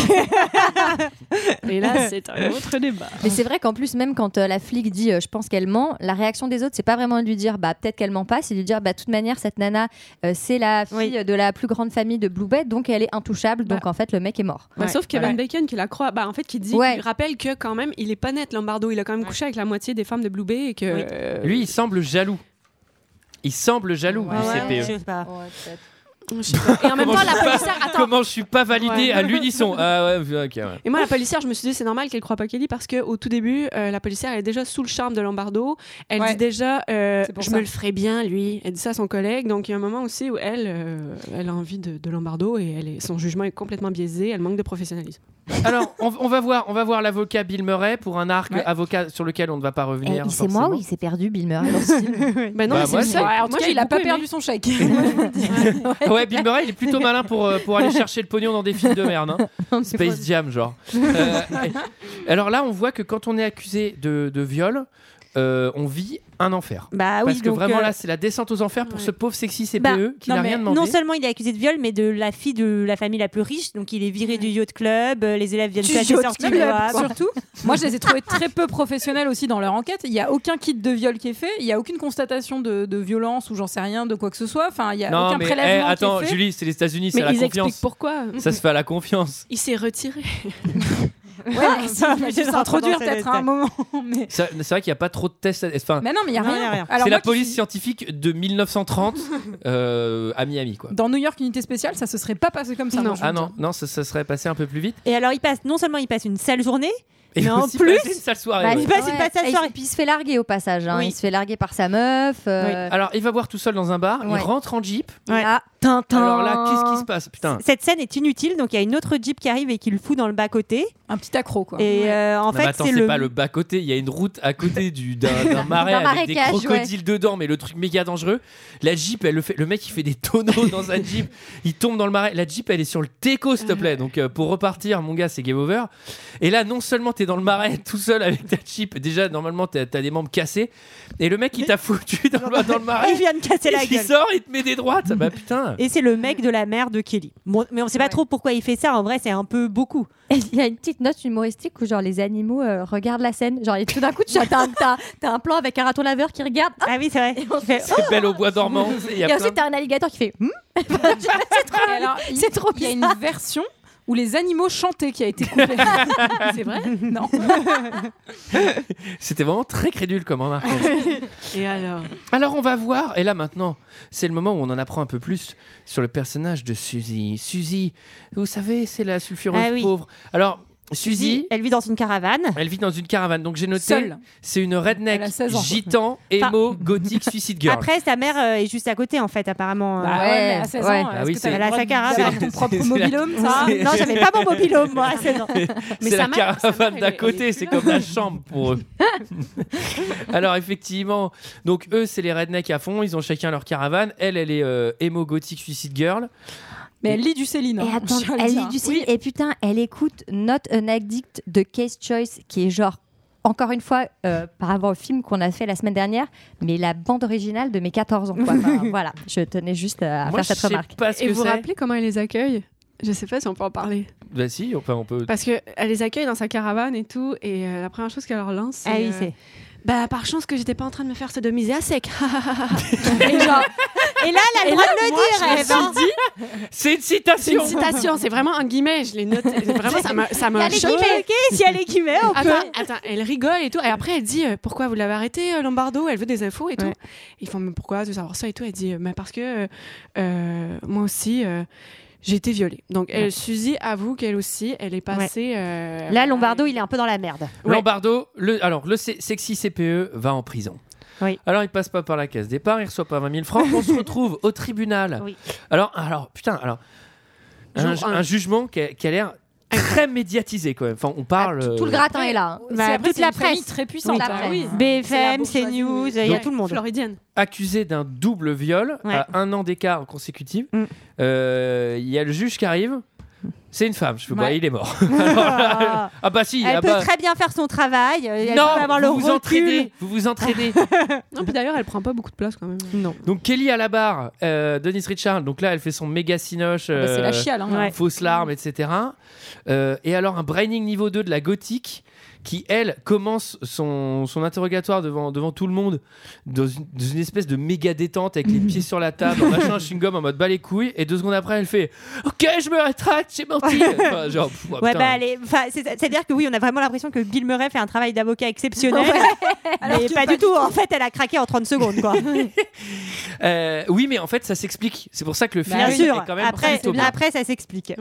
Speaker 10: Et là, c'est un autre débat.
Speaker 11: Mais c'est vrai qu'en plus, même quand euh, la flic dit euh, je pense qu'elle ment, la réaction des autres, c'est pas vraiment de lui dire bah peut-être qu'elle ment pas, c'est de lui dire bah de toute manière, cette nana, euh, c'est la fille de la plus grande famille de Blue Bed, donc elle est intouchable, donc en fait, le mec est mort.
Speaker 10: Bah, sauf Kevin
Speaker 11: Voilà.
Speaker 10: Bacon qui la croit, bah, en fait, qui dit,
Speaker 11: Ouais.
Speaker 10: il rappelle que quand même, il est pas net, Lombardo. Il a quand même couché avec la moitié des femmes de Blue Bay et que. euh,
Speaker 1: Lui, il semble jaloux. Il semble jaloux du CPE.
Speaker 10: Je sais pas. Et en même
Speaker 1: E. Comment
Speaker 10: temps,
Speaker 1: je
Speaker 10: la
Speaker 1: suis pas-
Speaker 10: policière. Attends.
Speaker 1: Comment je suis pas validé
Speaker 10: Ouais.
Speaker 1: à
Speaker 7: (laughs)
Speaker 1: l'unisson Ah ouais, ok, ouais.
Speaker 10: Et moi, la policière, je me suis dit, c'est normal qu'elle croit pas Kelly parce que au tout début, euh, la policière, elle est déjà sous le charme de Lombardo. Elle dit déjà, euh,
Speaker 7: pour
Speaker 10: je
Speaker 7: ça.
Speaker 10: me le ferai bien, lui. Elle dit ça à son collègue. Donc, il y a un moment aussi où elle, euh, elle a envie de, de Lombardo et elle est- son jugement est complètement biaisé. Elle manque de professionnalisme.
Speaker 1: Alors, on, on va voir, on va voir l'avocat Bill Murray pour un arc avocat sur lequel on ne va pas revenir.
Speaker 11: Et c'est moi où Eh, il s'est perdu, Bill Murray dans ce film.
Speaker 10: Bah non,
Speaker 1: Bah, mais c'est moi, le seul.
Speaker 7: Ouais, en tout
Speaker 10: Moi,
Speaker 7: cas,
Speaker 10: j'ai
Speaker 7: il a pas
Speaker 10: beaucoup aimé.
Speaker 7: perdu son chèque.
Speaker 1: forcément. Ah Ouais, Bill Murray, il est plutôt malin pour, euh, pour aller chercher le pognon dans des films de merde.
Speaker 7: (laughs)
Speaker 1: hein.
Speaker 11: Non, mais
Speaker 1: Space
Speaker 11: faut-
Speaker 1: Jam, genre. Euh, et- alors là, on voit que quand on est accusé de, de viol, euh, on vit un enfer.
Speaker 7: Ah
Speaker 6: Bah oui,
Speaker 1: Parce que
Speaker 6: donc,
Speaker 1: vraiment
Speaker 6: euh,
Speaker 1: là, c'est la descente aux enfers pour ce pauvre sexy CPE
Speaker 6: Bah,
Speaker 1: E qui n'a
Speaker 6: mais
Speaker 1: rien demandé.
Speaker 6: non seulement il est accusé de viol, mais de la fille de la famille la plus riche. Donc il est viré du yacht club, euh, les élèves viennent
Speaker 7: Du
Speaker 6: pas à ses
Speaker 7: yacht
Speaker 6: sorties
Speaker 7: club,
Speaker 6: globables.
Speaker 7: quoi. (laughs) Moi, je les ai trouvés très peu professionnels aussi dans leur enquête. Il n'y a aucun kit de viol qui est fait. Il n'y a aucune constatation de, de violence ou j'en sais rien, de quoi que ce soit. Enfin, il n'y a
Speaker 1: Non,
Speaker 7: aucun
Speaker 1: mais eh,
Speaker 7: prélèvement
Speaker 1: attends,
Speaker 7: qui est fait.
Speaker 1: Julie, c'est les États-Unis, c'est
Speaker 10: Mais
Speaker 1: à la
Speaker 10: ils
Speaker 1: confiance.
Speaker 10: expliquent pourquoi.
Speaker 1: Ça se fait à la confiance.
Speaker 10: Il s'est retiré.
Speaker 7: (laughs) Ouais, ça, je vais
Speaker 6: Juste
Speaker 7: s'introduire
Speaker 6: rentrer dans
Speaker 7: peut-être
Speaker 6: les
Speaker 7: à un moment. (laughs) Mais,
Speaker 1: Ça- C'est vrai qu'il n'y a pas trop de tests. à- Enfin,
Speaker 7: mais non, mais il n'y a
Speaker 6: Non, il y a
Speaker 7: rien.
Speaker 6: rien.
Speaker 7: Alors,
Speaker 1: c'est
Speaker 7: moi
Speaker 1: la
Speaker 7: qui
Speaker 1: police scientifique de
Speaker 7: (laughs)
Speaker 1: 1930 euh, à Miami, quoi.
Speaker 7: Dans New York, unité spéciale, ça se serait pas passé comme ça. moi, je
Speaker 1: Ah
Speaker 7: veux dire.
Speaker 1: non, non, ça, ça serait passé un peu plus vite.
Speaker 6: Et alors il passe, non seulement il passe une sale journée,
Speaker 1: Et
Speaker 6: mais en
Speaker 1: aussi
Speaker 6: plus,
Speaker 1: passer une sale soirée.
Speaker 11: Bah,
Speaker 1: ouais.
Speaker 6: il passe une
Speaker 11: Ouais,
Speaker 6: passe sale
Speaker 11: et
Speaker 6: soirée.
Speaker 11: puis il se fait larguer au passage. hein.
Speaker 6: Oui.
Speaker 11: Il se fait larguer par sa meuf. euh,
Speaker 1: Alors, il va voir tout seul dans un bar,
Speaker 11: Ouais.
Speaker 1: il rentre en jeep.
Speaker 6: Ouais.
Speaker 11: Ah, Tintin.
Speaker 1: Alors là, qu'est-ce qui se passe Putain.
Speaker 6: Cette scène est inutile, donc il y a une autre jeep qui arrive et qui le fout dans le bas côté.
Speaker 7: Un petit accro, quoi.
Speaker 6: Et euh, en
Speaker 1: Non, mais
Speaker 6: fait,
Speaker 1: attends,
Speaker 6: c'est
Speaker 1: c'est
Speaker 6: le.
Speaker 1: pas le bas côté, il y a une route à côté du- d'un d'un marais
Speaker 11: D'un
Speaker 1: avec des
Speaker 11: marécage, ouais.
Speaker 1: crocodiles dedans, mais le truc méga dangereux. La Jeep, elle le fait, le mec il fait des
Speaker 6: (laughs)
Speaker 1: tonneaux dans sa Jeep, il tombe dans le marais. La Jeep, elle est sur le teco, s'il te plaît. Donc euh, pour repartir, mon gars, c'est game over. Et là, non seulement t'es dans le marais tout seul avec ta Jeep, déjà normalement t'as t'as des membres cassés, et le mec il t'a foutu dans
Speaker 6: (laughs)
Speaker 1: le, dans le marais.
Speaker 6: (laughs) Il vient de casser la
Speaker 1: il
Speaker 6: gueule.
Speaker 1: sort, il te met des droites. Bah putain.
Speaker 6: Et c'est le mec de la mère de Kelly. Bon, mais on sait pas trop pourquoi il fait ça. En vrai, c'est un peu beaucoup.
Speaker 11: (laughs) Il y a une petite note humoristique où genre les animaux euh, regardent la scène. Genre et tout d'un coup, tu as, t'as- t'as- t'as un plan avec un raton laveur qui regarde. hop,
Speaker 6: Ah oui, c'est vrai. Il fait, oh,
Speaker 1: C'est belle au bois dormant. tu sais, Il y
Speaker 11: et
Speaker 1: a plein
Speaker 11: ensuite, t'as un alligator qui fait. Hmm (laughs)
Speaker 7: Et alors, il-
Speaker 11: C'est trop
Speaker 7: Il y a
Speaker 11: bizarre.
Speaker 7: une version où les animaux chantaient qui a été coupée.
Speaker 11: (laughs)
Speaker 10: C'est vrai.
Speaker 7: non.
Speaker 1: de- C'était vraiment très crédule comme remarque.
Speaker 10: Et alors
Speaker 1: Alors on va voir, et là maintenant, c'est le moment où on en apprend un peu plus sur le personnage de Suzy. Suzy, vous savez, c'est la sulfureuse
Speaker 6: Ah oui.
Speaker 1: pauvre. Alors, Suzy,
Speaker 6: elle vit dans une caravane.
Speaker 1: elle vit dans une caravane, donc j'ai noté,
Speaker 7: Seule.
Speaker 1: c'est une redneck,
Speaker 7: Elle a 16 ans.
Speaker 1: gitan,
Speaker 6: Enfin-
Speaker 1: émo, gothique, suicide girl.
Speaker 6: Après, sa mère euh, est juste à côté, en fait, apparemment.
Speaker 7: Bah
Speaker 11: Ouais,
Speaker 7: ouais, mais à 16 ans,
Speaker 11: ouais.
Speaker 7: est-ce
Speaker 1: Bah oui,
Speaker 7: que
Speaker 1: c'est-
Speaker 7: t'as
Speaker 6: Elle a
Speaker 7: le
Speaker 6: sa
Speaker 7: droit de-
Speaker 6: caravane.
Speaker 7: d'avoir ton propre
Speaker 1: C'est- c'est
Speaker 7: mobilhome, ça
Speaker 6: Ah, non, j'avais pas mon mobilhome, moi, à 16 ans.
Speaker 10: Mais
Speaker 1: c'est
Speaker 10: sa mère-
Speaker 1: la
Speaker 10: sa mère,
Speaker 1: caravane
Speaker 10: elle est-
Speaker 1: d'à
Speaker 10: elle est
Speaker 1: côté,
Speaker 10: plus
Speaker 1: c'est
Speaker 10: là. (laughs)
Speaker 1: comme la chambre pour eux. (laughs) Alors effectivement, donc eux, c'est les rednecks à fond, ils ont chacun leur caravane. Elle, elle est euh, émo, gothique, suicide girl.
Speaker 7: Mais elle lit du Céline.
Speaker 11: Et
Speaker 7: hein,
Speaker 11: attends,
Speaker 7: je tiens à le
Speaker 11: elle
Speaker 7: dire.
Speaker 11: lit du Céline. Et putain, elle écoute Not an Addict de Case Choice, qui est genre, encore une fois, euh, par rapport au film qu'on a fait la semaine dernière, mais la bande originale de mes 14 ans.
Speaker 7: (laughs)
Speaker 11: quoi. Enfin, voilà, je tenais juste
Speaker 10: Ah,
Speaker 11: euh, à
Speaker 1: Moi,
Speaker 11: faire cette
Speaker 1: je sais
Speaker 11: remarque.
Speaker 1: pas ce
Speaker 10: Et
Speaker 1: que
Speaker 10: vous
Speaker 1: c'est.
Speaker 10: rappelez comment elle les accueille Je sais pas si on peut en parler.
Speaker 1: Bah si, enfin on peut...
Speaker 10: Parce que elle les accueille dans sa caravane et tout, et euh, la première chose qu'elle leur lance, c'est.
Speaker 6: Ah oui,
Speaker 10: euh,
Speaker 6: c'est.
Speaker 10: Bah, par chance que j'étais pas en train de me faire sodomiser à (laughs) sec.
Speaker 7: Et genre,
Speaker 6: Et là, elle a le droit de le dire.
Speaker 10: Je me
Speaker 6: elle va-
Speaker 10: suis dit,
Speaker 1: C'est une
Speaker 10: c'est une
Speaker 1: citation
Speaker 10: citation, c'est vraiment en guillemets, je l'ai noté. (laughs) Vraiment, ça m'a ça
Speaker 6: Il y
Speaker 10: m'a
Speaker 6: a les
Speaker 10: choquée.
Speaker 6: guillemets, ok, si elle est guillemets, on peut.
Speaker 10: Attends, attends, elle rigole et tout. Et après, elle dit euh, Pourquoi vous l'avez arrêté, euh, Lombardo Elle veut des infos et tout.
Speaker 6: Ouais.
Speaker 10: Ils font Mais pourquoi tu veux savoir ça et tout Elle dit Mais parce que euh, euh, moi aussi, euh, j'ai été violée. Donc, elle, Suzy avoue qu'elle aussi, elle est passée. euh,
Speaker 6: Là, Lombardo, il est un peu dans la merde.
Speaker 10: Ouais.
Speaker 1: Lombardo, le, alors le se- sexy CPE va en prison.
Speaker 6: Oui.
Speaker 1: Alors il passe pas par la case départ, il reçoit pas 20 000 francs. On se retrouve au tribunal.
Speaker 6: Oui.
Speaker 1: Alors, alors putain, alors un,
Speaker 10: Jour
Speaker 1: un
Speaker 10: un.
Speaker 1: jugement qui a, qui a l'air très médiatisé quand même. Enfin, on parle.
Speaker 10: Ah,
Speaker 11: Tout le
Speaker 1: euh,
Speaker 11: gratin est là. hein.
Speaker 7: C'est-
Speaker 6: Bah,
Speaker 7: après,
Speaker 6: toute
Speaker 7: c'est
Speaker 6: la
Speaker 7: une famille
Speaker 6: presse. bah
Speaker 7: très puissante.
Speaker 11: Oui,
Speaker 7: hein.
Speaker 11: la presse.
Speaker 6: BFM,
Speaker 7: C'est la bourgeoisie.
Speaker 6: CNews, il y a
Speaker 1: Donc-
Speaker 6: tout le
Speaker 7: (laughs)
Speaker 6: monde.
Speaker 10: Floridienne.
Speaker 1: accusé d'un double viol
Speaker 6: Ouais.
Speaker 1: à un an d'écart consécutif.
Speaker 6: Mm.
Speaker 1: Euh, Il y a le juge qui arrive. C'est une femme. Je fais,
Speaker 6: Ouais.
Speaker 1: bah, il est mort. Alors là, ah bah si.
Speaker 6: (laughs) elle
Speaker 1: ah
Speaker 6: peut
Speaker 1: bah-
Speaker 6: très bien faire son travail. euh, Elle
Speaker 1: non,
Speaker 6: peut avoir le
Speaker 1: vous vous
Speaker 6: recul.
Speaker 1: entraînez. Vous vous
Speaker 6: (laughs)
Speaker 1: entraînez.
Speaker 10: non, puis d'ailleurs, elle prend pas beaucoup de place quand même. Non.
Speaker 1: Donc Kelly à la barre, euh, Denise Richard. Donc là, elle fait son méga euh, cinoche.
Speaker 6: Ah
Speaker 10: bah, c'est la chiale, hein. Ouais.
Speaker 1: Fausse larme, etc. Euh, et alors un braining niveau 2 de la gothique qui, elle, commence son, son interrogatoire devant, devant tout le monde dans une, dans une espèce de méga détente
Speaker 6: (laughs)
Speaker 1: avec les pieds sur la table, en machin, chewing-gum en mode bas les couilles. Et deux secondes après, elle fait Ok, je me rétracte, j'ai menti. Enfin, genre, pff, ah,
Speaker 6: Ouais,
Speaker 1: putain.
Speaker 6: bah, elle est- enfin, c'est- C'est-à-dire que oui, on a vraiment l'impression que Bill Murray fait un travail d'avocat exceptionnel.
Speaker 1: Ouais.
Speaker 6: Alors mais pas, du tout. En fait, elle a craqué en 30 secondes. Quoi.
Speaker 1: Euh, oui, mais en fait, ça s'explique. C'est pour ça que le film
Speaker 6: Bah, bien
Speaker 1: est
Speaker 6: sûr.
Speaker 1: Bah quand même
Speaker 6: Après,
Speaker 1: plutôt bien.
Speaker 6: après, ça s'explique.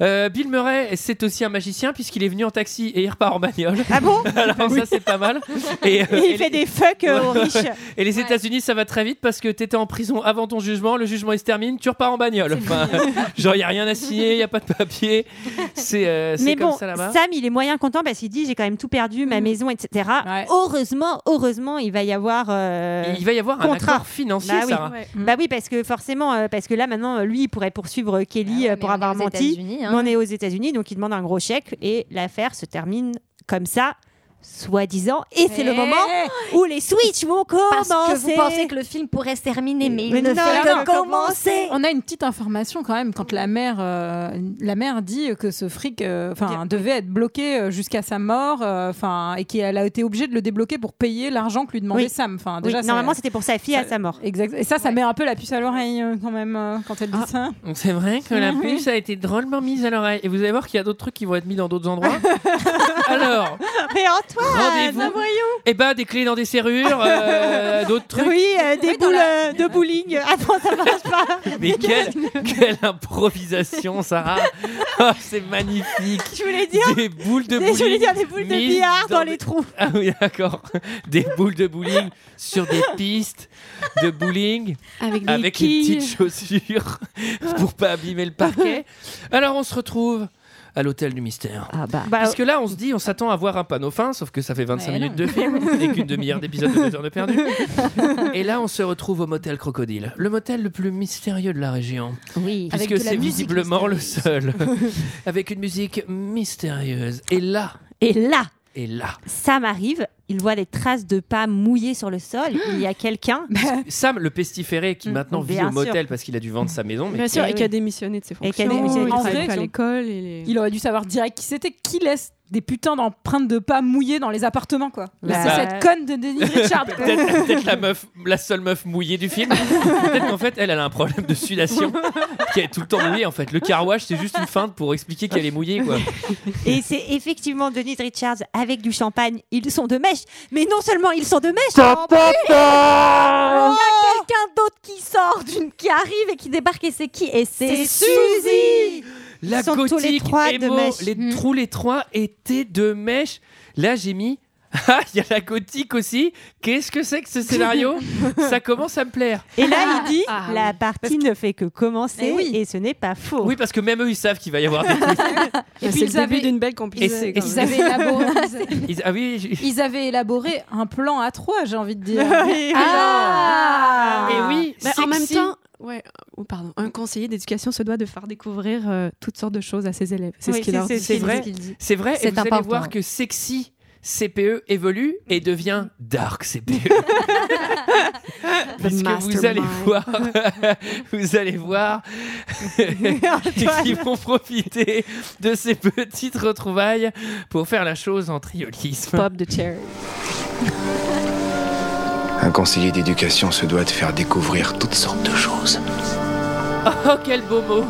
Speaker 1: Euh, Bill Murray, c'est aussi un magicien puisqu'il est venu en taxi et il repart en bagnole.
Speaker 6: Ah bon
Speaker 1: (laughs) Alors ça c'est pas mal. Et,
Speaker 6: Et il fait des fucks euh, aux
Speaker 1: Ouais.
Speaker 6: riches.
Speaker 1: Et les États-Unis ça va très vite parce que t'étais en prison avant ton jugement, le jugement il se termine, tu repars en bagnole. Enfin, genre y a rien à signer, y a pas de papier. C'est euh, c'est
Speaker 6: Mais
Speaker 1: comme
Speaker 6: bon,
Speaker 1: ça là-bas.
Speaker 6: Sam, il est moyen content parce qu'il dit j'ai quand même tout perdu, ma maison, etc. Heureusement, heureusement, il va y avoir. euh,
Speaker 1: Il va y avoir un
Speaker 6: contrat.
Speaker 1: accord financier,
Speaker 6: Bah oui.
Speaker 1: Sarah.
Speaker 6: Bah oui, parce que forcément, euh, parce que là maintenant, euh, lui, il pourrait poursuivre euh,
Speaker 11: Ah
Speaker 6: Kelly euh, pour avoir
Speaker 11: aux
Speaker 6: menti.
Speaker 11: États-Unis, hein.
Speaker 6: Mais on est aux États-Unis, donc il demande un gros chèque et l'affaire se termine comme ça. Soi-disant, et c'est le
Speaker 11: Mais-
Speaker 6: moment où les switches vont
Speaker 11: Parce
Speaker 6: commencer.
Speaker 11: que vous pensez que le film pourrait se terminer, mais il
Speaker 6: Mais
Speaker 11: ne
Speaker 6: non,
Speaker 11: fait
Speaker 6: il
Speaker 11: que
Speaker 6: ne
Speaker 11: commencer.
Speaker 7: On a une petite information quand même quand la mère, euh, la mère dit que ce fric, euh, enfin, devait être bloqué euh, jusqu'à sa mort, euh, enfin, et qu'elle a été obligée de le débloquer pour payer l'argent que lui demandait
Speaker 6: Oui.
Speaker 7: Sam. Enfin,
Speaker 6: Oui,
Speaker 7: déjà, ça-
Speaker 6: normalement, c'était pour sa fille à
Speaker 7: ça-
Speaker 6: sa mort.
Speaker 7: Exact. Et ça, ça met un peu la puce à l'oreille euh, quand même euh, quand
Speaker 11: Ah.
Speaker 7: elle dit ça.
Speaker 1: Donc C'est vrai que
Speaker 6: Mhm.
Speaker 1: la puce a été drôlement mise à l'oreille. Et vous allez voir qu'il y a d'autres trucs qui vont être mis dans d'autres
Speaker 6: (laughs)
Speaker 1: endroits. Alors,
Speaker 6: Mais Antoine,
Speaker 1: Rendez-vous. eh ben, des clés dans des serrures,
Speaker 6: (laughs)
Speaker 1: euh, d'autres trucs.
Speaker 6: Oui, euh, des boules euh, de bowling. Attends, ça marche pas.
Speaker 1: Mais quelle, quelle improvisation,
Speaker 6: (laughs)
Speaker 1: Sarah Oh, C'est magnifique
Speaker 6: Je voulais dire-
Speaker 1: Des boules de
Speaker 6: je
Speaker 1: bowling
Speaker 6: voulais dire des boules de
Speaker 1: mises
Speaker 6: billard dans
Speaker 1: (laughs)
Speaker 6: les
Speaker 1: des-
Speaker 6: trous.
Speaker 1: Ah oui, d'accord. Des boules de bowling sur des pistes de bowling
Speaker 10: Avec des
Speaker 1: une
Speaker 10: quilles.
Speaker 1: petite chaussure pour pas abîmer le parquet. Alors, on se retrouve à l'hôtel du mystère.
Speaker 7: Ah, bah.
Speaker 10: Ah
Speaker 1: Parce que là, on se dit, on s'attend à voir un panneau fin, sauf que ça fait 25 minutes
Speaker 10: (laughs)
Speaker 1: de film et qu'une demi-heure d'épisode de deux heures de perdu. Et là, on se retrouve au motel Crocodile, le motel le plus mystérieux de la région.
Speaker 6: Oui,
Speaker 1: Puisque c'est visiblement le seul. Avec une musique mystérieuse. Et là,
Speaker 6: Et là,
Speaker 1: et là.
Speaker 6: Sam arrive, il voit des traces de pas mouillées sur le sol. Il y a quelqu'un.
Speaker 1: Sam, le pestiféré qui maintenant vit
Speaker 6: bien
Speaker 1: au motel
Speaker 6: sûr.
Speaker 1: parce qu'il a dû vendre sa maison. Mais
Speaker 10: Bien sûr,
Speaker 1: quel-
Speaker 10: et qui a démissionné de ses fonctions.
Speaker 1: qui a démissionné de
Speaker 10: il
Speaker 1: ses
Speaker 10: travaille plus à
Speaker 7: fonctions.
Speaker 10: l'école. Il, est-
Speaker 7: Il aurait dû savoir direct qui c'était, qui laisse des putains d'empreintes de pas mouillées dans les appartements, quoi.
Speaker 1: Bah-
Speaker 7: C'est cette conne de Denis Richard. quoi.
Speaker 1: Peut-être peut-être la meuf, la seule meuf mouillée du film. Peut-être qu'en fait, elle, elle a un problème de sudation qui est tout le temps mouillée. En fait, le carouage, c'est juste une feinte pour expliquer qu'elle est mouillée, quoi.
Speaker 6: Et c'est effectivement Denise Richards avec du champagne. Ils sont de mèche. Mais non seulement ils sont de mèche, mais en plus, il y
Speaker 11: Il
Speaker 6: a
Speaker 11: y a quelqu'un d'autre qui sort, d'une qui arrive et qui débarque et c'est qui Et c'est
Speaker 6: C'est Suzy
Speaker 1: La
Speaker 11: Ils sont tous
Speaker 1: gothique,
Speaker 11: les trois de
Speaker 1: Emo,
Speaker 11: mèche.
Speaker 1: les
Speaker 11: Mm.
Speaker 1: trous, les trois étaient de mèche. Là, j'ai mis. (laughs) Ah, il y a la gothique aussi. Qu'est-ce que c'est que ce scénario Ça commence à me plaire.
Speaker 6: Et là, il dit la partie ne fait que commencer et ce n'est pas faux.
Speaker 1: Oui, parce que même eux, ils savent qu'il va y avoir des trucs.
Speaker 7: Et
Speaker 10: c'est
Speaker 7: puis
Speaker 10: le
Speaker 7: ils
Speaker 10: début
Speaker 7: avaient-
Speaker 10: d'une belle complicité.
Speaker 1: Et
Speaker 10: quand
Speaker 1: c'est-
Speaker 7: Ils
Speaker 10: même.
Speaker 7: avaient
Speaker 11: (laughs)
Speaker 7: élaboré,
Speaker 1: (laughs) Ils- Ah oui, j'ai-
Speaker 7: ils avaient élaboré un plan à trois, j'ai envie de dire.
Speaker 10: (laughs) Oui.
Speaker 7: ah
Speaker 1: Et oui,
Speaker 10: Bah, en même
Speaker 7: sexy.
Speaker 10: temps, ouais, oh, pardon, un conseiller d'éducation se doit de faire découvrir euh, toutes sortes de choses à ses élèves. C'est
Speaker 1: Oui,
Speaker 10: ce qu'il leur dit.
Speaker 1: C'est vrai. C'est vrai. Et
Speaker 10: C'est
Speaker 1: vous allez
Speaker 10: important.
Speaker 1: voir que sexy CPE évolue et devient dark CPE.
Speaker 10: (laughs)
Speaker 1: Parce que vous
Speaker 10: mastermind.
Speaker 1: allez voir, (laughs) vous
Speaker 10: (laughs)
Speaker 1: allez voir qu'ils vont profiter de ces petites retrouvailles pour faire la chose en triolisme.
Speaker 10: Pop de cherry.
Speaker 4: Un conseiller d'éducation se doit de faire découvrir toutes sortes de choses.
Speaker 1: Oh, quel beau mot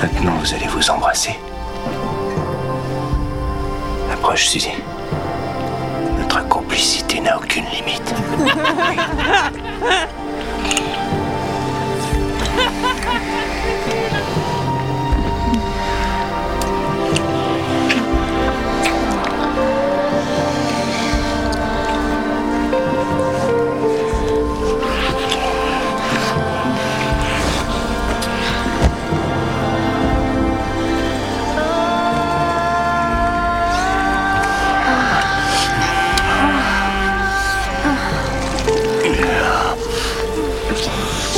Speaker 4: Maintenant, vous allez vous embrasser. Approche, Suzy. Notre complicité n'a aucune limite.
Speaker 8: Ah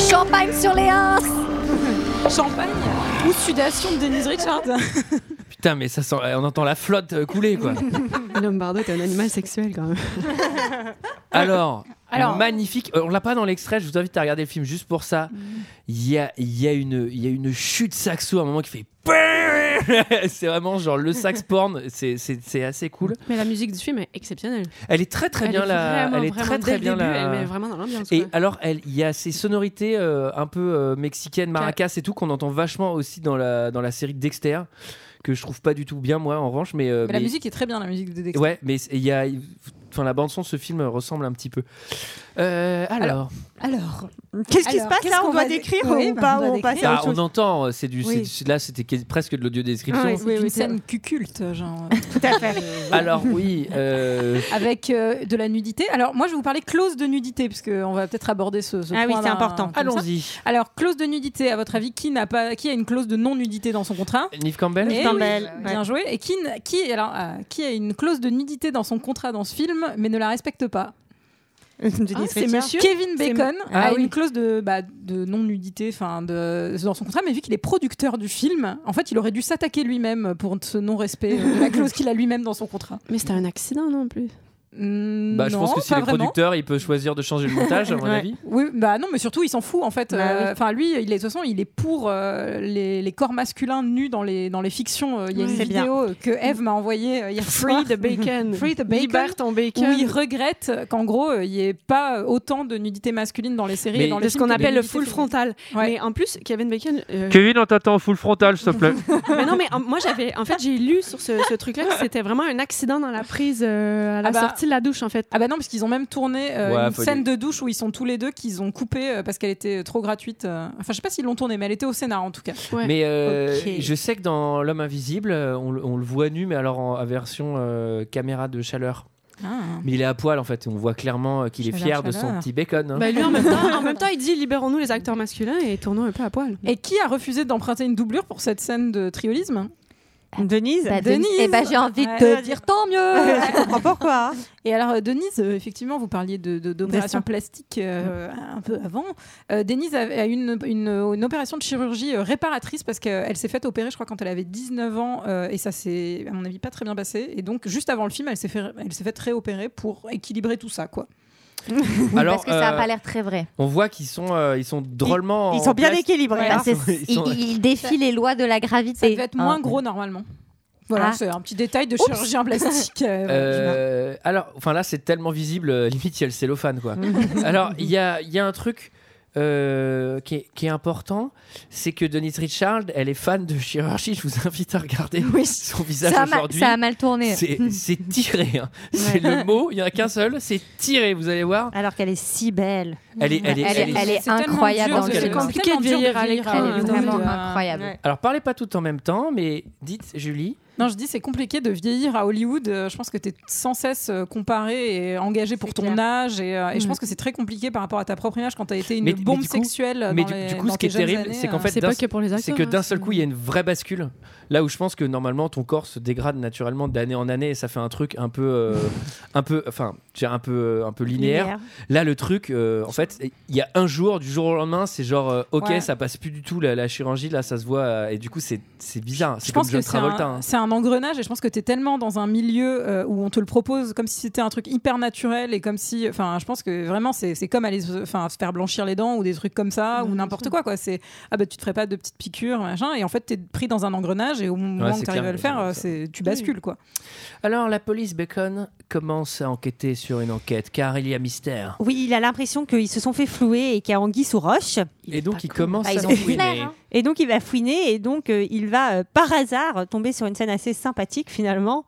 Speaker 7: Champagne sur les uns Champagne ou sudation de Denise Richard
Speaker 1: Putain, mais ça sent, on entend la flotte euh, couler, quoi.
Speaker 10: (laughs) Lombardo, t'es un animal sexuel quand même.
Speaker 1: (laughs) Alors,
Speaker 10: Alors-
Speaker 1: magnifique. Euh, on l'a pas dans l'extrait. Je vous invite à regarder le film juste pour ça.
Speaker 10: Mm.
Speaker 1: Il y a, il y a une, il y a une chute saxo à un moment qui fait. (laughs) c'est vraiment genre le sax porn. C'est, c'est, c'est assez cool.
Speaker 10: Mais la musique du film est exceptionnelle.
Speaker 1: Elle est très très
Speaker 10: Elle
Speaker 1: bien
Speaker 10: est
Speaker 1: la.
Speaker 10: vraiment,
Speaker 1: Euh, elle est
Speaker 10: vraiment,
Speaker 1: très
Speaker 10: dès
Speaker 1: très
Speaker 10: le
Speaker 1: bien
Speaker 10: début,
Speaker 1: la-
Speaker 10: elle met vraiment dans l'ambiance,
Speaker 1: Et
Speaker 10: quoi.
Speaker 1: alors, elle, il y a ces sonorités euh, un peu euh, mexicaines, maracas et tout qu'on entend vachement aussi dans la dans la série Dexter que je trouve pas du tout bien moi en revanche, mais, euh,
Speaker 7: Mais La
Speaker 1: mais-
Speaker 7: musique est très bien, la musique de Dexter.
Speaker 1: Ouais, mais il y a, enfin la bande son, ce film ressemble un petit peu. Euh, alors,
Speaker 7: Alors,
Speaker 6: Qu'est-ce qui se passe
Speaker 7: qu'est-ce
Speaker 6: là
Speaker 7: qu'on
Speaker 6: On doit
Speaker 7: va dé-
Speaker 6: décrire
Speaker 7: Oui,
Speaker 6: ou
Speaker 7: bah,
Speaker 6: pas
Speaker 7: on doit
Speaker 6: ou On passe à
Speaker 1: Bah,
Speaker 6: autre
Speaker 1: on
Speaker 6: chose
Speaker 1: entend, c'est du, c'est
Speaker 6: Oui.
Speaker 1: du- là c'était quasi- presque de l'audio
Speaker 7: (laughs)
Speaker 1: description.
Speaker 7: c'est une scène cuculte,
Speaker 10: (laughs)
Speaker 7: genre. Tout
Speaker 6: à fait.
Speaker 1: alors oui,
Speaker 7: (laughs)
Speaker 1: euh,
Speaker 7: Avec euh, de la nudité. Alors, moi, je vais vous parler clause de nudité, parce que on va peut-être aborder ce, ce
Speaker 6: Ah oui,
Speaker 7: point
Speaker 6: c'est
Speaker 7: d'un-
Speaker 6: important.
Speaker 7: comme ça.
Speaker 1: Allons-y.
Speaker 7: Alors, clause de nudité, à votre avis, qui, n'a pas, qui a une clause de non-nudité dans son contrat
Speaker 1: Neve Campbell.
Speaker 7: Eh oui,
Speaker 6: Ah,
Speaker 7: bien joué. Et qui, n- qui, alors, euh, qui a une clause de nudité dans son contrat dans ce film, mais ne la respecte pas
Speaker 6: Denise
Speaker 7: c'est
Speaker 6: Richards.
Speaker 7: monsieur Kevin
Speaker 6: Ah, C'est
Speaker 7: Bacon
Speaker 6: mo-
Speaker 7: a
Speaker 6: Ah oui.
Speaker 7: une clause de, bah, de non-nudité enfin, de, dans son contrat, mais vu qu'il est producteur du film, en fait, il aurait dû s'attaquer lui-même pour ce non-respect
Speaker 10: (laughs)
Speaker 7: euh, de la clause qu'il a lui-même dans son contrat.
Speaker 10: Mais c'était un accident, non, en plus
Speaker 1: bah, je pense que si
Speaker 7: pas
Speaker 1: le
Speaker 7: vraiment.
Speaker 1: producteur, il peut choisir de changer le montage, à mon
Speaker 7: Ouais.
Speaker 1: avis.
Speaker 7: Oui, bah non, mais surtout, il s'en fout en fait.
Speaker 1: Bah
Speaker 7: Euh,
Speaker 1: oui.
Speaker 7: Enfin, lui, il est, de toute façon, il est pour euh, les, les corps masculins nus dans les, dans les fictions. Euh, Il y a
Speaker 10: Oui.
Speaker 7: une
Speaker 10: C'est bien.
Speaker 7: vidéo euh, que Eve m'a envoyée euh, hier
Speaker 10: Free
Speaker 7: soir.
Speaker 10: the bacon.
Speaker 7: Free the bacon.
Speaker 10: Libère ton bacon.
Speaker 7: Où il regrette qu'en gros, euh, il n'y ait pas autant de nudité masculine dans les séries
Speaker 1: Mais-
Speaker 7: et dans
Speaker 1: De
Speaker 7: les
Speaker 1: ce
Speaker 7: films
Speaker 1: qu'on
Speaker 7: que de
Speaker 1: appelle le
Speaker 7: nudité
Speaker 10: full
Speaker 7: féminine.
Speaker 10: frontal. Mais en plus, Kevin Bacon. euh,
Speaker 1: Kevin, on t'attend full frontal, s'il te plaît.
Speaker 10: (laughs) mais non, mais en- moi j'avais, en fait, j'ai lu sur ce, ce truc-là que c'était vraiment un accident dans la prise euh, à la
Speaker 7: Ah bah-
Speaker 10: sortie de la douche, en fait.
Speaker 7: Ah bah non, parce qu'ils ont même tourné (laughs) euh,
Speaker 10: Ouais,
Speaker 7: une
Speaker 10: faut
Speaker 7: scène
Speaker 10: dire.
Speaker 7: de douche où ils sont tous les deux qu'ils ont coupé euh, parce qu'elle était trop gratuite. euh. Enfin, je sais pas s'ils l'ont tournée, mais elle était au scénar en tout cas.
Speaker 1: Mais euh,
Speaker 7: Ok.
Speaker 1: je sais que dans L'homme invisible, euh, on, le- on le voit nu, mais alors en à version euh, caméra de chaleur.
Speaker 7: Ah.
Speaker 1: Mais il est à poil en fait, on voit clairement euh, qu'il est
Speaker 7: Chaleur,
Speaker 1: fier de
Speaker 7: chaleur.
Speaker 1: son petit bacon. hein.
Speaker 10: Bah, lui, en même, temps, en même temps, il dit libérons-nous les acteurs masculins et tournons un peu à poil.
Speaker 7: Et qui a refusé d'emprunter une doublure pour cette scène de triolisme
Speaker 6: Denise
Speaker 11: Bah, Denise. Eh ben, j'ai envie de te dire tant
Speaker 7: (laughs)
Speaker 6: (laughs)
Speaker 11: mieux.
Speaker 7: Je
Speaker 6: comprends pourquoi. hein.
Speaker 7: Et alors, euh, Denise, euh, effectivement, vous parliez de- de- d'opération
Speaker 6: Bien sûr.
Speaker 7: plastique euh, un peu avant. Euh, Denise a, a eu une, une, une opération de chirurgie euh, réparatrice parce qu'elle s'est faite opérer, je crois, quand elle avait 19 ans. euh, et ça s'est, à mon avis, pas très bien passé. Et donc, juste avant le film, elle s'est fait, elle s'est faite réopérer pour équilibrer tout ça, quoi.
Speaker 1: Alors,
Speaker 11: parce que ça n'a
Speaker 1: euh,
Speaker 11: pas l'air très vrai.
Speaker 1: On voit qu'ils sont, euh, ils sont
Speaker 6: Oh,
Speaker 1: drôlement. en place.
Speaker 6: hein.
Speaker 11: Bah, c'est-
Speaker 1: Hein Ils sont-
Speaker 11: il, il défie les lois de la gravité. Hein. Ça
Speaker 7: devait être moins gros normalement. Voilà,
Speaker 11: Ah.
Speaker 7: c'est un petit détail de
Speaker 11: Oups.
Speaker 7: chirurgien plastique. euh,
Speaker 1: Euh, alors, enfin là, c'est tellement visible, euh, limite il y a le cellophane quoi. alors, il y a, il y a un truc euh, qui, est, qui est important, c'est que Denise Richard, elle est fan de chirurgie. Je vous invite à regarder son visage
Speaker 11: Ça a mal-
Speaker 1: aujourd'hui.
Speaker 11: ça a mal tourné.
Speaker 1: C'est
Speaker 7: Hmm.
Speaker 1: c'est tiré,
Speaker 7: (laughs)
Speaker 1: hein. c'est le mot. Il y en a qu'un seul, c'est tiré. Vous allez voir.
Speaker 6: Alors qu'elle est si belle.
Speaker 7: Hmm.
Speaker 1: Elle est, elle est,
Speaker 11: Elle est- elle est
Speaker 1: c'est
Speaker 11: incroyable
Speaker 1: tellement
Speaker 11: dans
Speaker 1: dur
Speaker 11: le
Speaker 1: de-
Speaker 11: film.
Speaker 1: c'est
Speaker 11: compliqué
Speaker 7: tellement
Speaker 11: de
Speaker 7: dur
Speaker 11: vieillir à l'écran,
Speaker 7: Elle est
Speaker 11: hein,
Speaker 7: vraiment
Speaker 11: dans le-
Speaker 7: incroyable.
Speaker 1: Alors, parlez pas tout en même temps, mais dites, Julie.
Speaker 7: Non, je dis c'est compliqué de vieillir à Hollywood. Euh, Je pense que tu es sans cesse euh, comparé et engagé pour ton âge. Et, euh, et je
Speaker 11: Mm.
Speaker 7: pense que c'est très compliqué par rapport à ta propre image quand tu as été une
Speaker 1: Mais- mais
Speaker 7: bombe
Speaker 1: du coup-
Speaker 7: sexuelle. euh,
Speaker 1: Mais
Speaker 7: dans
Speaker 1: du,
Speaker 7: les-
Speaker 1: du coup,
Speaker 7: dans
Speaker 1: ce qui est
Speaker 7: tes jeunes
Speaker 1: terrible,
Speaker 7: années,
Speaker 1: c'est qu'en
Speaker 7: euh.
Speaker 1: fait, d'un- c'est que d'un seul
Speaker 7: hein,
Speaker 1: coup, il y a une vraie bascule. Là où je pense que normalement, ton corps se dégrade naturellement d'année en année et ça fait un truc un peu, euh, un peu, enfin, je dirais un peu, euh, un peu linéaire.
Speaker 7: Linéaire.
Speaker 1: Là, le truc, euh, en fait, il y a un jour, du jour au lendemain, c'est genre, euh, ok,
Speaker 7: Ouais.
Speaker 1: ça passe plus du tout la, la chirurgie, là, ça se voit, euh, et du coup, c'est c'est bizarre.
Speaker 7: Je
Speaker 1: C'est comme
Speaker 7: pense que
Speaker 1: John
Speaker 7: c'est
Speaker 1: Travolta.
Speaker 7: un,
Speaker 1: hein.
Speaker 7: c'est un engrenage et je pense que tu es tellement dans un milieu euh, où on te le propose comme si c'était un truc hyper naturel et comme si. Enfin, je pense que vraiment, c'est c'est comme aller se- enfin, se faire blanchir les dents ou des trucs comme ça ou n'importe quoi. quoi. C'est ah bah tu te ferais pas de petites piqûres, machin. Et en fait, tu es pris dans un engrenage et au moment
Speaker 1: Ouais,
Speaker 7: où
Speaker 1: c'est
Speaker 7: tu arrives
Speaker 1: clair,
Speaker 7: à le faire, euh, c'est- tu bascules quoi.
Speaker 1: Alors, la police Bacon commence à enquêter sur une enquête, car il y a mystère.
Speaker 6: Oui, il a l'impression qu'ils se sont fait flouer et qu'il y a Anguille sous roche.
Speaker 1: Et donc, il commence
Speaker 6: Bah,
Speaker 1: à
Speaker 6: ils ont
Speaker 1: fouiner.
Speaker 6: flair, hein. Et donc il va fouiner et donc euh, il va euh, par hasard tomber sur une scène assez sympathique finalement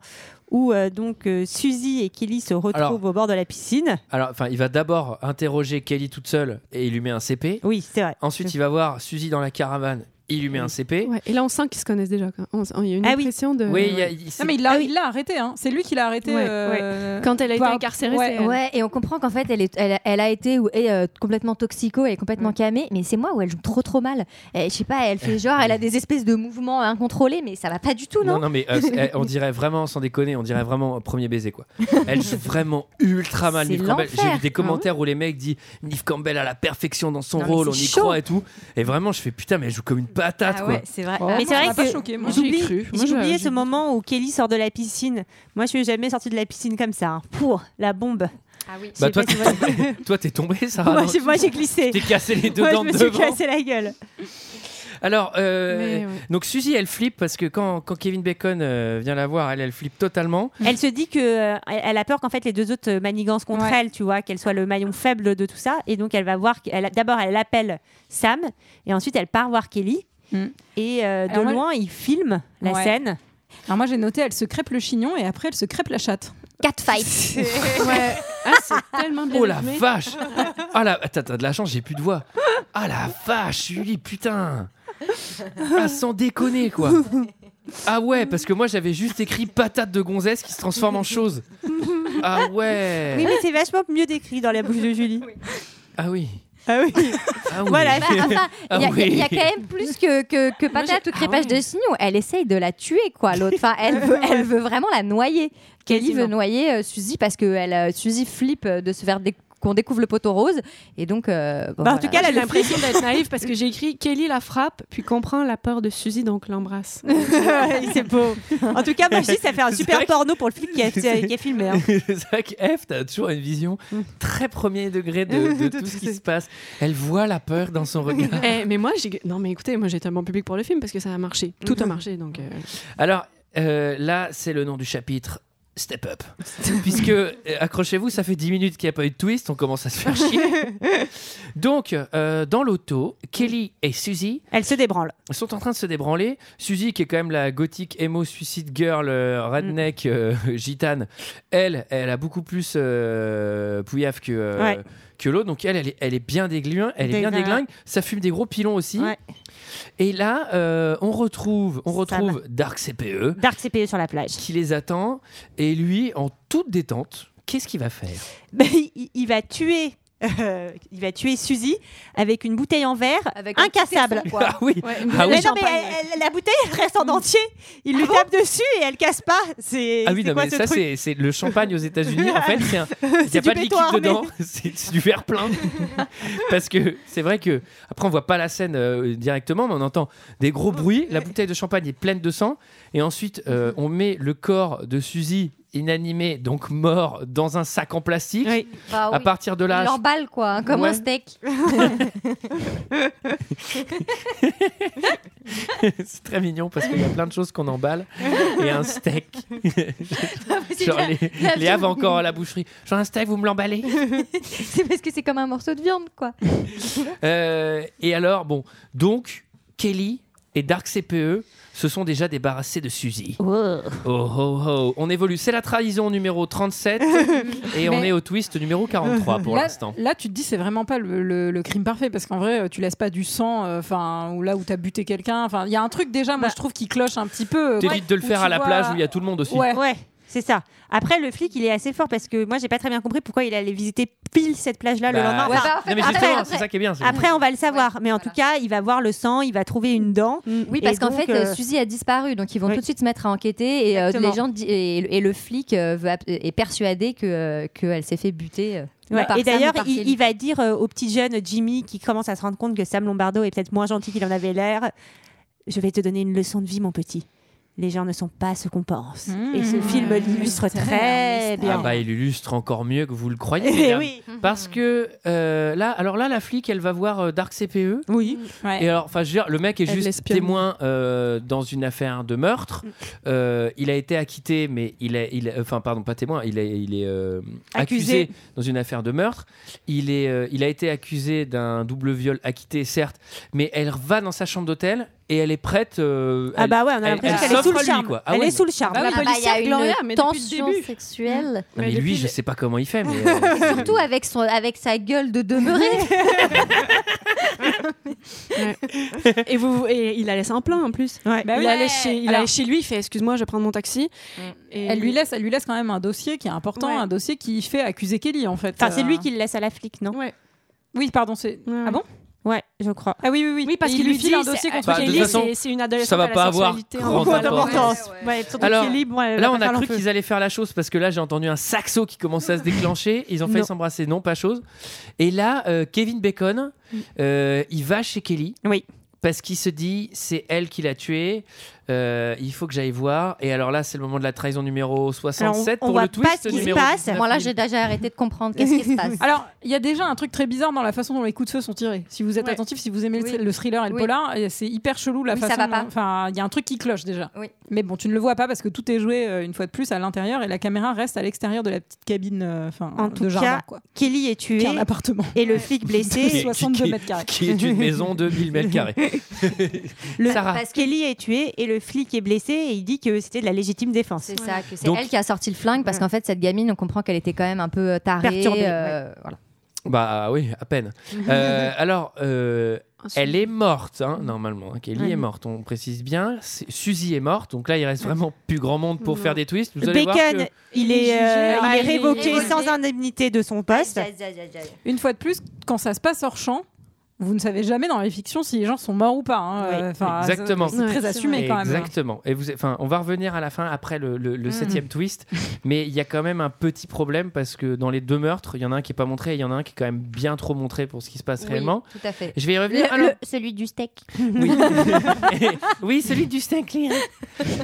Speaker 6: où euh, donc euh, Suzy et Kelly se retrouvent
Speaker 1: Alors-
Speaker 6: au bord de la piscine.
Speaker 1: Alors, enfin, il va d'abord interroger Kelly toute seule et il lui met un CP.
Speaker 6: Oui, c'est vrai.
Speaker 1: Ensuite, il va voir Suzy dans la caravane. il lui met un CP.
Speaker 10: Ouais, Et là, on sent qu'ils se connaissent déjà. quoi. On- on- Il y a une
Speaker 11: Ah
Speaker 10: impression de.
Speaker 1: Oui, il y a- il- c'est-
Speaker 7: Non, mais il l'a il l'a arrêté, hein. c'est lui qui l'a arrêté.
Speaker 11: Ouais,
Speaker 7: euh,
Speaker 11: ouais.
Speaker 7: par-
Speaker 11: ouais, ouais, et on comprend qu'en fait, elle, est, elle, elle a été ou, est, euh, complètement toxico, elle est complètement camée, mais c'est moi où elle joue trop trop mal. Eh, Je sais pas, elle fait genre, elle a des espèces de mouvements incontrôlés, mais ça va pas du tout, non
Speaker 1: Non, non, mais euh, c'est- elle- on dirait vraiment, sans déconner, on dirait vraiment euh, premier baiser quoi. Elle joue vraiment ultra mal
Speaker 11: C'est
Speaker 1: Neve Campbell. J'ai
Speaker 11: l'enfer.
Speaker 1: vu des commentaires où les mecs disent Neve Campbell à la perfection dans son
Speaker 11: Non, mais
Speaker 1: rôle,
Speaker 11: c'est
Speaker 1: on y
Speaker 11: chaud.
Speaker 1: croit et tout. Et vraiment, je fais putain, mais elle joue comme une patate
Speaker 6: Ah
Speaker 1: quoi.
Speaker 6: ouais, c'est vrai.
Speaker 1: Oh,
Speaker 6: mais
Speaker 1: moi,
Speaker 6: c'est
Speaker 1: ça
Speaker 6: vrai
Speaker 1: m'a
Speaker 6: que
Speaker 1: pas choqué, moi.
Speaker 6: j'oublie-
Speaker 1: J'y ai cru. Moi,
Speaker 6: j'ai
Speaker 1: je-
Speaker 6: oublié
Speaker 1: j'y-
Speaker 6: ce moment où Kelly sort de la piscine. Moi, je suis jamais sortie de la piscine comme ça. hein. Pouh, la bombe. Ah oui.
Speaker 1: Bah, toi, t'es tombé,
Speaker 6: (laughs)
Speaker 1: toi, t'es tombé, Sarah.
Speaker 6: Moi,
Speaker 1: Ah, non
Speaker 6: j'ai- moi, j'ai glissé.
Speaker 1: Tu t'es cassé les deux
Speaker 6: (laughs) Moi,
Speaker 1: dents
Speaker 6: je me
Speaker 1: de
Speaker 6: suis
Speaker 1: devant.
Speaker 6: cassé la gueule.
Speaker 1: Alors, euh,
Speaker 6: Mais ouais.
Speaker 1: donc Suzy, elle flippe parce que quand, quand Kevin Bacon euh, vient la voir, elle, elle flippe totalement.
Speaker 6: Elle se dit que euh, elle elle a peur qu'en fait les deux autres euh, manigancent contre elle, tu vois, qu'elle soit le maillon faible de tout ça, et donc elle va voir. qu'elle- D'abord, elle appelle Sam, et ensuite elle part voir Kelly, et euh, de
Speaker 7: Alors, moi-
Speaker 6: loin il filme la
Speaker 7: Ouais.
Speaker 6: scène.
Speaker 7: Alors moi j'ai noté, elle se crêpe le chignon et après elle se crêpe la chatte.
Speaker 1: (laughs)
Speaker 11: (laughs) Catfight.
Speaker 7: ouais.
Speaker 10: Ah, c'est tellement bien.
Speaker 1: Oh la
Speaker 10: rythmé.
Speaker 6: (laughs)
Speaker 1: vache Ah la... Attends, t'as de la chance, j'ai plus de voix. Ah la vache, Julie, putain Ah sans déconner
Speaker 6: (laughs)
Speaker 1: quoi Ah ouais, parce que moi j'avais juste écrit patate de gonzesse qui se transforme en chose. Ah ouais
Speaker 6: Oui, mais c'est vachement mieux décrit dans la bouche de Julie.
Speaker 1: Ah oui
Speaker 6: Ah oui
Speaker 1: Ah oui
Speaker 6: Voilà.
Speaker 11: Bah, enfin,
Speaker 1: Ah
Speaker 11: il y a- il y, a
Speaker 1: oui.
Speaker 11: quand même plus que, que, que patate ou crépage de signaux. Elle essaye de la tuer, quoi, l'autre. Enfin,
Speaker 10: (laughs)
Speaker 11: elle veut, elle veut vraiment la noyer. Kelly veut noyer euh, Suzy parce que elle, euh, Suzy flippe euh, de se faire dé- qu'on découvre le poteau rose. Et donc. euh, bon, voilà.
Speaker 10: J'ai l'impression d'être naïve parce que j'ai écrit Kelly la frappe, puis comprend la peur de Suzy, donc
Speaker 11: (laughs)
Speaker 10: l'embrasse.
Speaker 6: (laughs) c'est beau. En tout cas, moi je dis ça fait un
Speaker 1: C'est
Speaker 6: super
Speaker 1: vrai que-
Speaker 6: porno pour le film qui a, qui a- qui a
Speaker 1: (laughs)
Speaker 6: filmé. hein.
Speaker 1: C'est vrai que F, t'as toujours une vision très premier degré de, de
Speaker 10: De
Speaker 1: tout ce
Speaker 10: tout
Speaker 1: qui
Speaker 10: ça.
Speaker 1: se passe. Elle voit la peur dans son
Speaker 11: (laughs)
Speaker 1: regard.
Speaker 10: Eh, mais moi, j'ai... non, mais écoutez, moi j'étais un bon public pour le film parce que ça a marché. Tout
Speaker 11: Mhm.
Speaker 10: a marché, donc. euh,
Speaker 1: Alors euh, là, c'est le nom du chapitre. Step up. Puisque, euh, accrochez-vous, ça fait 10 minutes qu'il n'y a pas eu de twist, on commence à se faire chier. Donc, euh, dans l'auto, Kelly et Suzy.
Speaker 6: Elles se débranlent.
Speaker 1: sont en train de se débranler. Suzy, qui est quand même la gothique emo suicide girl, euh,
Speaker 6: Mm.
Speaker 1: redneck, euh, (laughs) gitane, elle, elle a beaucoup plus euh, pouillaf que, euh,
Speaker 6: Ouais.
Speaker 1: que l'autre. Donc, elle, elle est, elle est bien déglingue. Elle est bien
Speaker 6: Déglingue.
Speaker 1: déglingue. Ça fume des gros pilons aussi. Et là, euh, on retrouve, on retrouve Dark CPE.
Speaker 6: Dark CPE sur la plage.
Speaker 1: Qui les attend. Et lui, en toute détente, qu'est-ce qu'il va faire
Speaker 6: Ben, il, il va tuer. euh, il va tuer Suzy avec une bouteille en verre
Speaker 11: un
Speaker 6: incassable.
Speaker 11: petit caisson, quoi. Ah
Speaker 1: oui.
Speaker 10: (laughs)
Speaker 1: Ah
Speaker 11: Ouais,
Speaker 1: une Ah bouteille
Speaker 6: Mais
Speaker 1: de
Speaker 6: non, mais
Speaker 11: champagne,
Speaker 6: elle- elle- la bouteille elle reste en entier. Il lui tape dessus et elle casse pas. C'est
Speaker 1: Ah oui,
Speaker 6: c'est
Speaker 1: non,
Speaker 6: quoi
Speaker 1: mais
Speaker 6: ce
Speaker 1: ça,
Speaker 6: truc
Speaker 1: c'est c'est le champagne aux
Speaker 6: (laughs)
Speaker 1: États-Unis. En fait, c'est un- il n'y
Speaker 6: C'est
Speaker 1: a
Speaker 6: du
Speaker 1: pas de liquide
Speaker 6: pétoire, mais-
Speaker 1: dedans, (laughs) c'est c'est du verre
Speaker 11: (laughs)
Speaker 1: plein. Parce que c'est vrai que, après, on voit pas la scène euh, directement, mais on entend des gros bruits. La bouteille de champagne est pleine de sang. Et ensuite,
Speaker 11: Mhm.
Speaker 1: euh, on met le corps de Suzy inanimé, donc mort, dans un sac en plastique.
Speaker 11: Bah
Speaker 1: À
Speaker 11: oui.
Speaker 1: partir de là,
Speaker 11: Il l'emballe, quoi, hein, comme un
Speaker 1: Ouais.
Speaker 11: steak.
Speaker 1: (laughs) c'est très mignon parce qu'il y a plein de choses qu'on
Speaker 11: (laughs)
Speaker 1: emballe et un steak.
Speaker 11: c'est
Speaker 1: Genre,
Speaker 11: la-
Speaker 1: les,
Speaker 11: la-
Speaker 1: Léa va encore à la boucherie. Genre un steak, vous me
Speaker 11: (laughs)
Speaker 1: l'emballez
Speaker 11: c'est parce que c'est comme un morceau de viande, quoi.
Speaker 1: Euh, et alors, bon, donc Kelly et Dark CPE se sont déjà débarrassés de Suzy. Oh, oh, oh. On évolue. C'est la trahison numéro 37 et on
Speaker 7: Mais-
Speaker 1: est au twist numéro 43 pour
Speaker 7: Là-
Speaker 1: l'instant.
Speaker 7: Là, tu te dis, c'est vraiment pas le, le- le crime parfait parce qu'en vrai, euh, tu laisses pas du sang, euh, enfin, ou là où t'as buté quelqu'un. Enfin, il y a un truc déjà,
Speaker 10: Bah,
Speaker 7: moi je trouve qui cloche un petit peu. euh,
Speaker 1: T'évites de le
Speaker 7: où
Speaker 1: faire
Speaker 7: tu
Speaker 1: à la
Speaker 7: vois-
Speaker 1: plage où il y a tout le monde aussi.
Speaker 6: Ouais, c'est ça. Après, le flic, il est assez fort parce que moi, j'ai pas très bien compris pourquoi il allait visiter pile cette plage-là le
Speaker 1: Bah,
Speaker 6: lendemain.
Speaker 1: ouais, bah, en fait, Non, mais après- justement, c'est ça qui est bien, c'est-
Speaker 6: Après, on va le savoir. mais en tout cas, il va voir le sang, il va trouver une dent.
Speaker 11: Oui, parce qu'en fait, euh, Suzy a disparu, donc ils vont tout de suite se mettre à enquêter et euh,
Speaker 6: Exactement.
Speaker 11: les gens di- et, et le flic euh, veut ab- est persuadé que euh, qu'elle s'est fait buter. euh,
Speaker 6: Ouais,
Speaker 11: par
Speaker 6: et
Speaker 11: Sam ou
Speaker 6: d'ailleurs,
Speaker 11: par
Speaker 6: il,
Speaker 11: Kelly.
Speaker 6: il va dire euh, au petit jeune Jimmy qui commence à se rendre compte que Sam Lombardo est peut-être moins gentil qu'il en avait l'air Je vais te donner une leçon de vie, mon petit. Les gens ne sont pas ce qu'on pense.
Speaker 7: Hmm.
Speaker 6: Et ce
Speaker 7: Ah,
Speaker 6: film l'illustre très bien.
Speaker 1: Ah bah il illustre encore mieux que vous le croyez.
Speaker 6: (laughs) Eh
Speaker 1: mesdames.
Speaker 6: oui.
Speaker 1: Parce que euh, là, alors là, la flic, elle va voir euh, Dark CPE.
Speaker 6: Oui.
Speaker 7: Mm.
Speaker 1: Et alors, enfin, je veux dire, le mec est
Speaker 7: Elle
Speaker 1: juste
Speaker 7: l'espionne.
Speaker 1: témoin euh, dans une affaire de meurtre. Euh, il a été acquitté, mais il est, il est- enfin, pardon, pas témoin, il est, il est euh, accusé.
Speaker 6: Accusé.
Speaker 1: dans une affaire de meurtre. Il est, euh, il a été accusé d'un double viol, acquitté certes, mais elle va dans sa chambre d'hôtel et elle est prête. euh,
Speaker 6: Ah
Speaker 1: elle-
Speaker 6: bah ouais, on a
Speaker 1: elle-
Speaker 6: l'impression
Speaker 1: elle
Speaker 6: qu'elle est sous
Speaker 1: s'offre
Speaker 6: le
Speaker 1: à lui,
Speaker 6: charme.
Speaker 1: quoi. Ah
Speaker 6: Elle
Speaker 1: ouais,
Speaker 6: est sous
Speaker 1: mais-
Speaker 6: le charme.
Speaker 11: Ah bah, il y a une tension
Speaker 6: début.
Speaker 11: sexuelle.
Speaker 1: Non, mais lui, je sais pas comment il fait, mais. euh,
Speaker 11: (laughs) Surtout avec, son, avec sa gueule de demeuré.
Speaker 10: et, vous, et il la laisse en plein en plus.
Speaker 7: Bah
Speaker 10: il
Speaker 7: oui.
Speaker 10: allait chez, il
Speaker 7: Alors-
Speaker 10: allait chez lui, il fait excuse-moi, je vais prendre mon taxi.
Speaker 11: Mm.
Speaker 10: Et
Speaker 7: Elle lui laisse, elle lui laisse quand même un dossier qui est important,
Speaker 10: Ouais.
Speaker 7: un dossier qui fait accuser Kelly en fait.
Speaker 10: Enfin, c'est lui
Speaker 7: qui
Speaker 6: le laisse à la flic, non
Speaker 7: Oui, pardon, c'est ah bon
Speaker 6: Ouais, je crois.
Speaker 7: Ah oui, oui, oui.
Speaker 10: Oui, parce
Speaker 7: Et il
Speaker 10: qu'il
Speaker 7: lui
Speaker 10: lui
Speaker 7: file
Speaker 10: dit,
Speaker 7: un
Speaker 10: c'est-
Speaker 7: dossier
Speaker 10: bah,
Speaker 7: contre
Speaker 10: de toute
Speaker 7: Kelly.
Speaker 1: façon,
Speaker 10: c'est- c'est une adolescente
Speaker 1: ça va
Speaker 10: à la
Speaker 1: pas avoir
Speaker 10: sensualité,
Speaker 1: grand
Speaker 10: en fait.
Speaker 1: rapport.
Speaker 6: Ouais, surtout
Speaker 1: Alors,
Speaker 6: qu'elle est libre, elle va
Speaker 1: là,
Speaker 6: pas
Speaker 1: on a
Speaker 6: faire
Speaker 1: cru
Speaker 6: l'enfeu.
Speaker 1: qu'ils allaient faire la chose parce que là, j'ai entendu un saxo qui commençait à se déclencher. Ils ont failli
Speaker 6: Non.
Speaker 1: s'embrasser. Non, pas chose. Et là, euh, Kevin Bacon,
Speaker 7: Mm.
Speaker 1: euh, il va chez Kelly.
Speaker 6: Oui.
Speaker 1: Parce qu'il se dit, c'est elle qui l'a tué. Euh, il faut que j'aille voir. Et alors là, c'est le moment de la trahison numéro 67
Speaker 7: on
Speaker 1: pour
Speaker 7: voit
Speaker 1: le
Speaker 7: pas
Speaker 1: twist
Speaker 7: ce qui se
Speaker 1: numéro
Speaker 7: passe.
Speaker 1: 19.
Speaker 7: Moi,
Speaker 1: (laughs)
Speaker 7: là,
Speaker 11: J'ai déjà arrêté de comprendre
Speaker 7: Qu'est-ce qui se
Speaker 11: passe
Speaker 7: Alors, il y a déjà un truc très bizarre dans la façon dont les coups de feu sont tirés. Si vous êtes attentif, si vous aimez le-
Speaker 11: Oui.
Speaker 7: le thriller et le
Speaker 11: Oui.
Speaker 7: polar, et c'est hyper chelou la
Speaker 11: Oui, ça
Speaker 7: façon.
Speaker 11: va
Speaker 7: dont-
Speaker 11: pas.
Speaker 7: Enfin, il y a un truc qui cloche déjà.
Speaker 11: Oui.
Speaker 7: Mais bon, tu ne le vois pas parce que tout est joué euh, une fois de plus à l'intérieur et la caméra reste à l'extérieur de la petite cabine, euh, enfin,
Speaker 6: En
Speaker 7: de
Speaker 6: tout
Speaker 7: jardin.
Speaker 6: cas, Kelly est tuée.
Speaker 7: Qui a un appartement.
Speaker 6: Et le flic
Speaker 1: Qui-
Speaker 6: blessé.
Speaker 1: qui- qui- Qui est une maison de 1000 mètres carrés.
Speaker 6: Le-
Speaker 1: Sarah.
Speaker 6: Parce qu'Ellie est tuée et le flic est blessé et il dit que c'était de la légitime défense.
Speaker 11: C'est ça, que c'est elle qui a sorti le flingue parce qu'en fait, cette gamine, on comprend qu'elle était quand même un peu euh, tarée.
Speaker 6: Perturbée,
Speaker 11: euh, voilà.
Speaker 1: Bah oui, à peine. Euh, alors, euh, elle est morte, hein, normalement. hein, Kelly
Speaker 6: Ouais.
Speaker 1: est morte, on précise bien. C'est- Suzy est morte, donc là, il reste vraiment plus grand monde pour faire des twists. Vous allez voir
Speaker 6: Bacon,
Speaker 1: que-
Speaker 6: il est, euh,
Speaker 7: jugé,
Speaker 6: il est
Speaker 7: il est
Speaker 6: révoqué
Speaker 7: révoqué.
Speaker 6: sans indemnité de son poste.
Speaker 10: Ah,
Speaker 7: Une fois de plus, quand ça se passe hors champ, vous ne savez jamais dans les fictions si les gens sont morts ou pas. hein. Euh, enfin, c'est-
Speaker 1: Exactement.
Speaker 7: C'est très assumé quand même.
Speaker 1: Exactement. Et vous, enfin, on va revenir à la fin après le, le- le
Speaker 7: Mm.
Speaker 1: septième twist, mais il y a quand même un petit problème parce que dans les deux meurtres, il y en a un qui est pas montré et il y en a un qui est quand même bien trop montré pour ce qui se passe réellement.
Speaker 11: Oui, tout à fait.
Speaker 1: Je vais y revenir.
Speaker 11: Le-
Speaker 1: Alors-
Speaker 11: le- celui du steak.
Speaker 1: Oui. (laughs) oui, celui du Stinkley.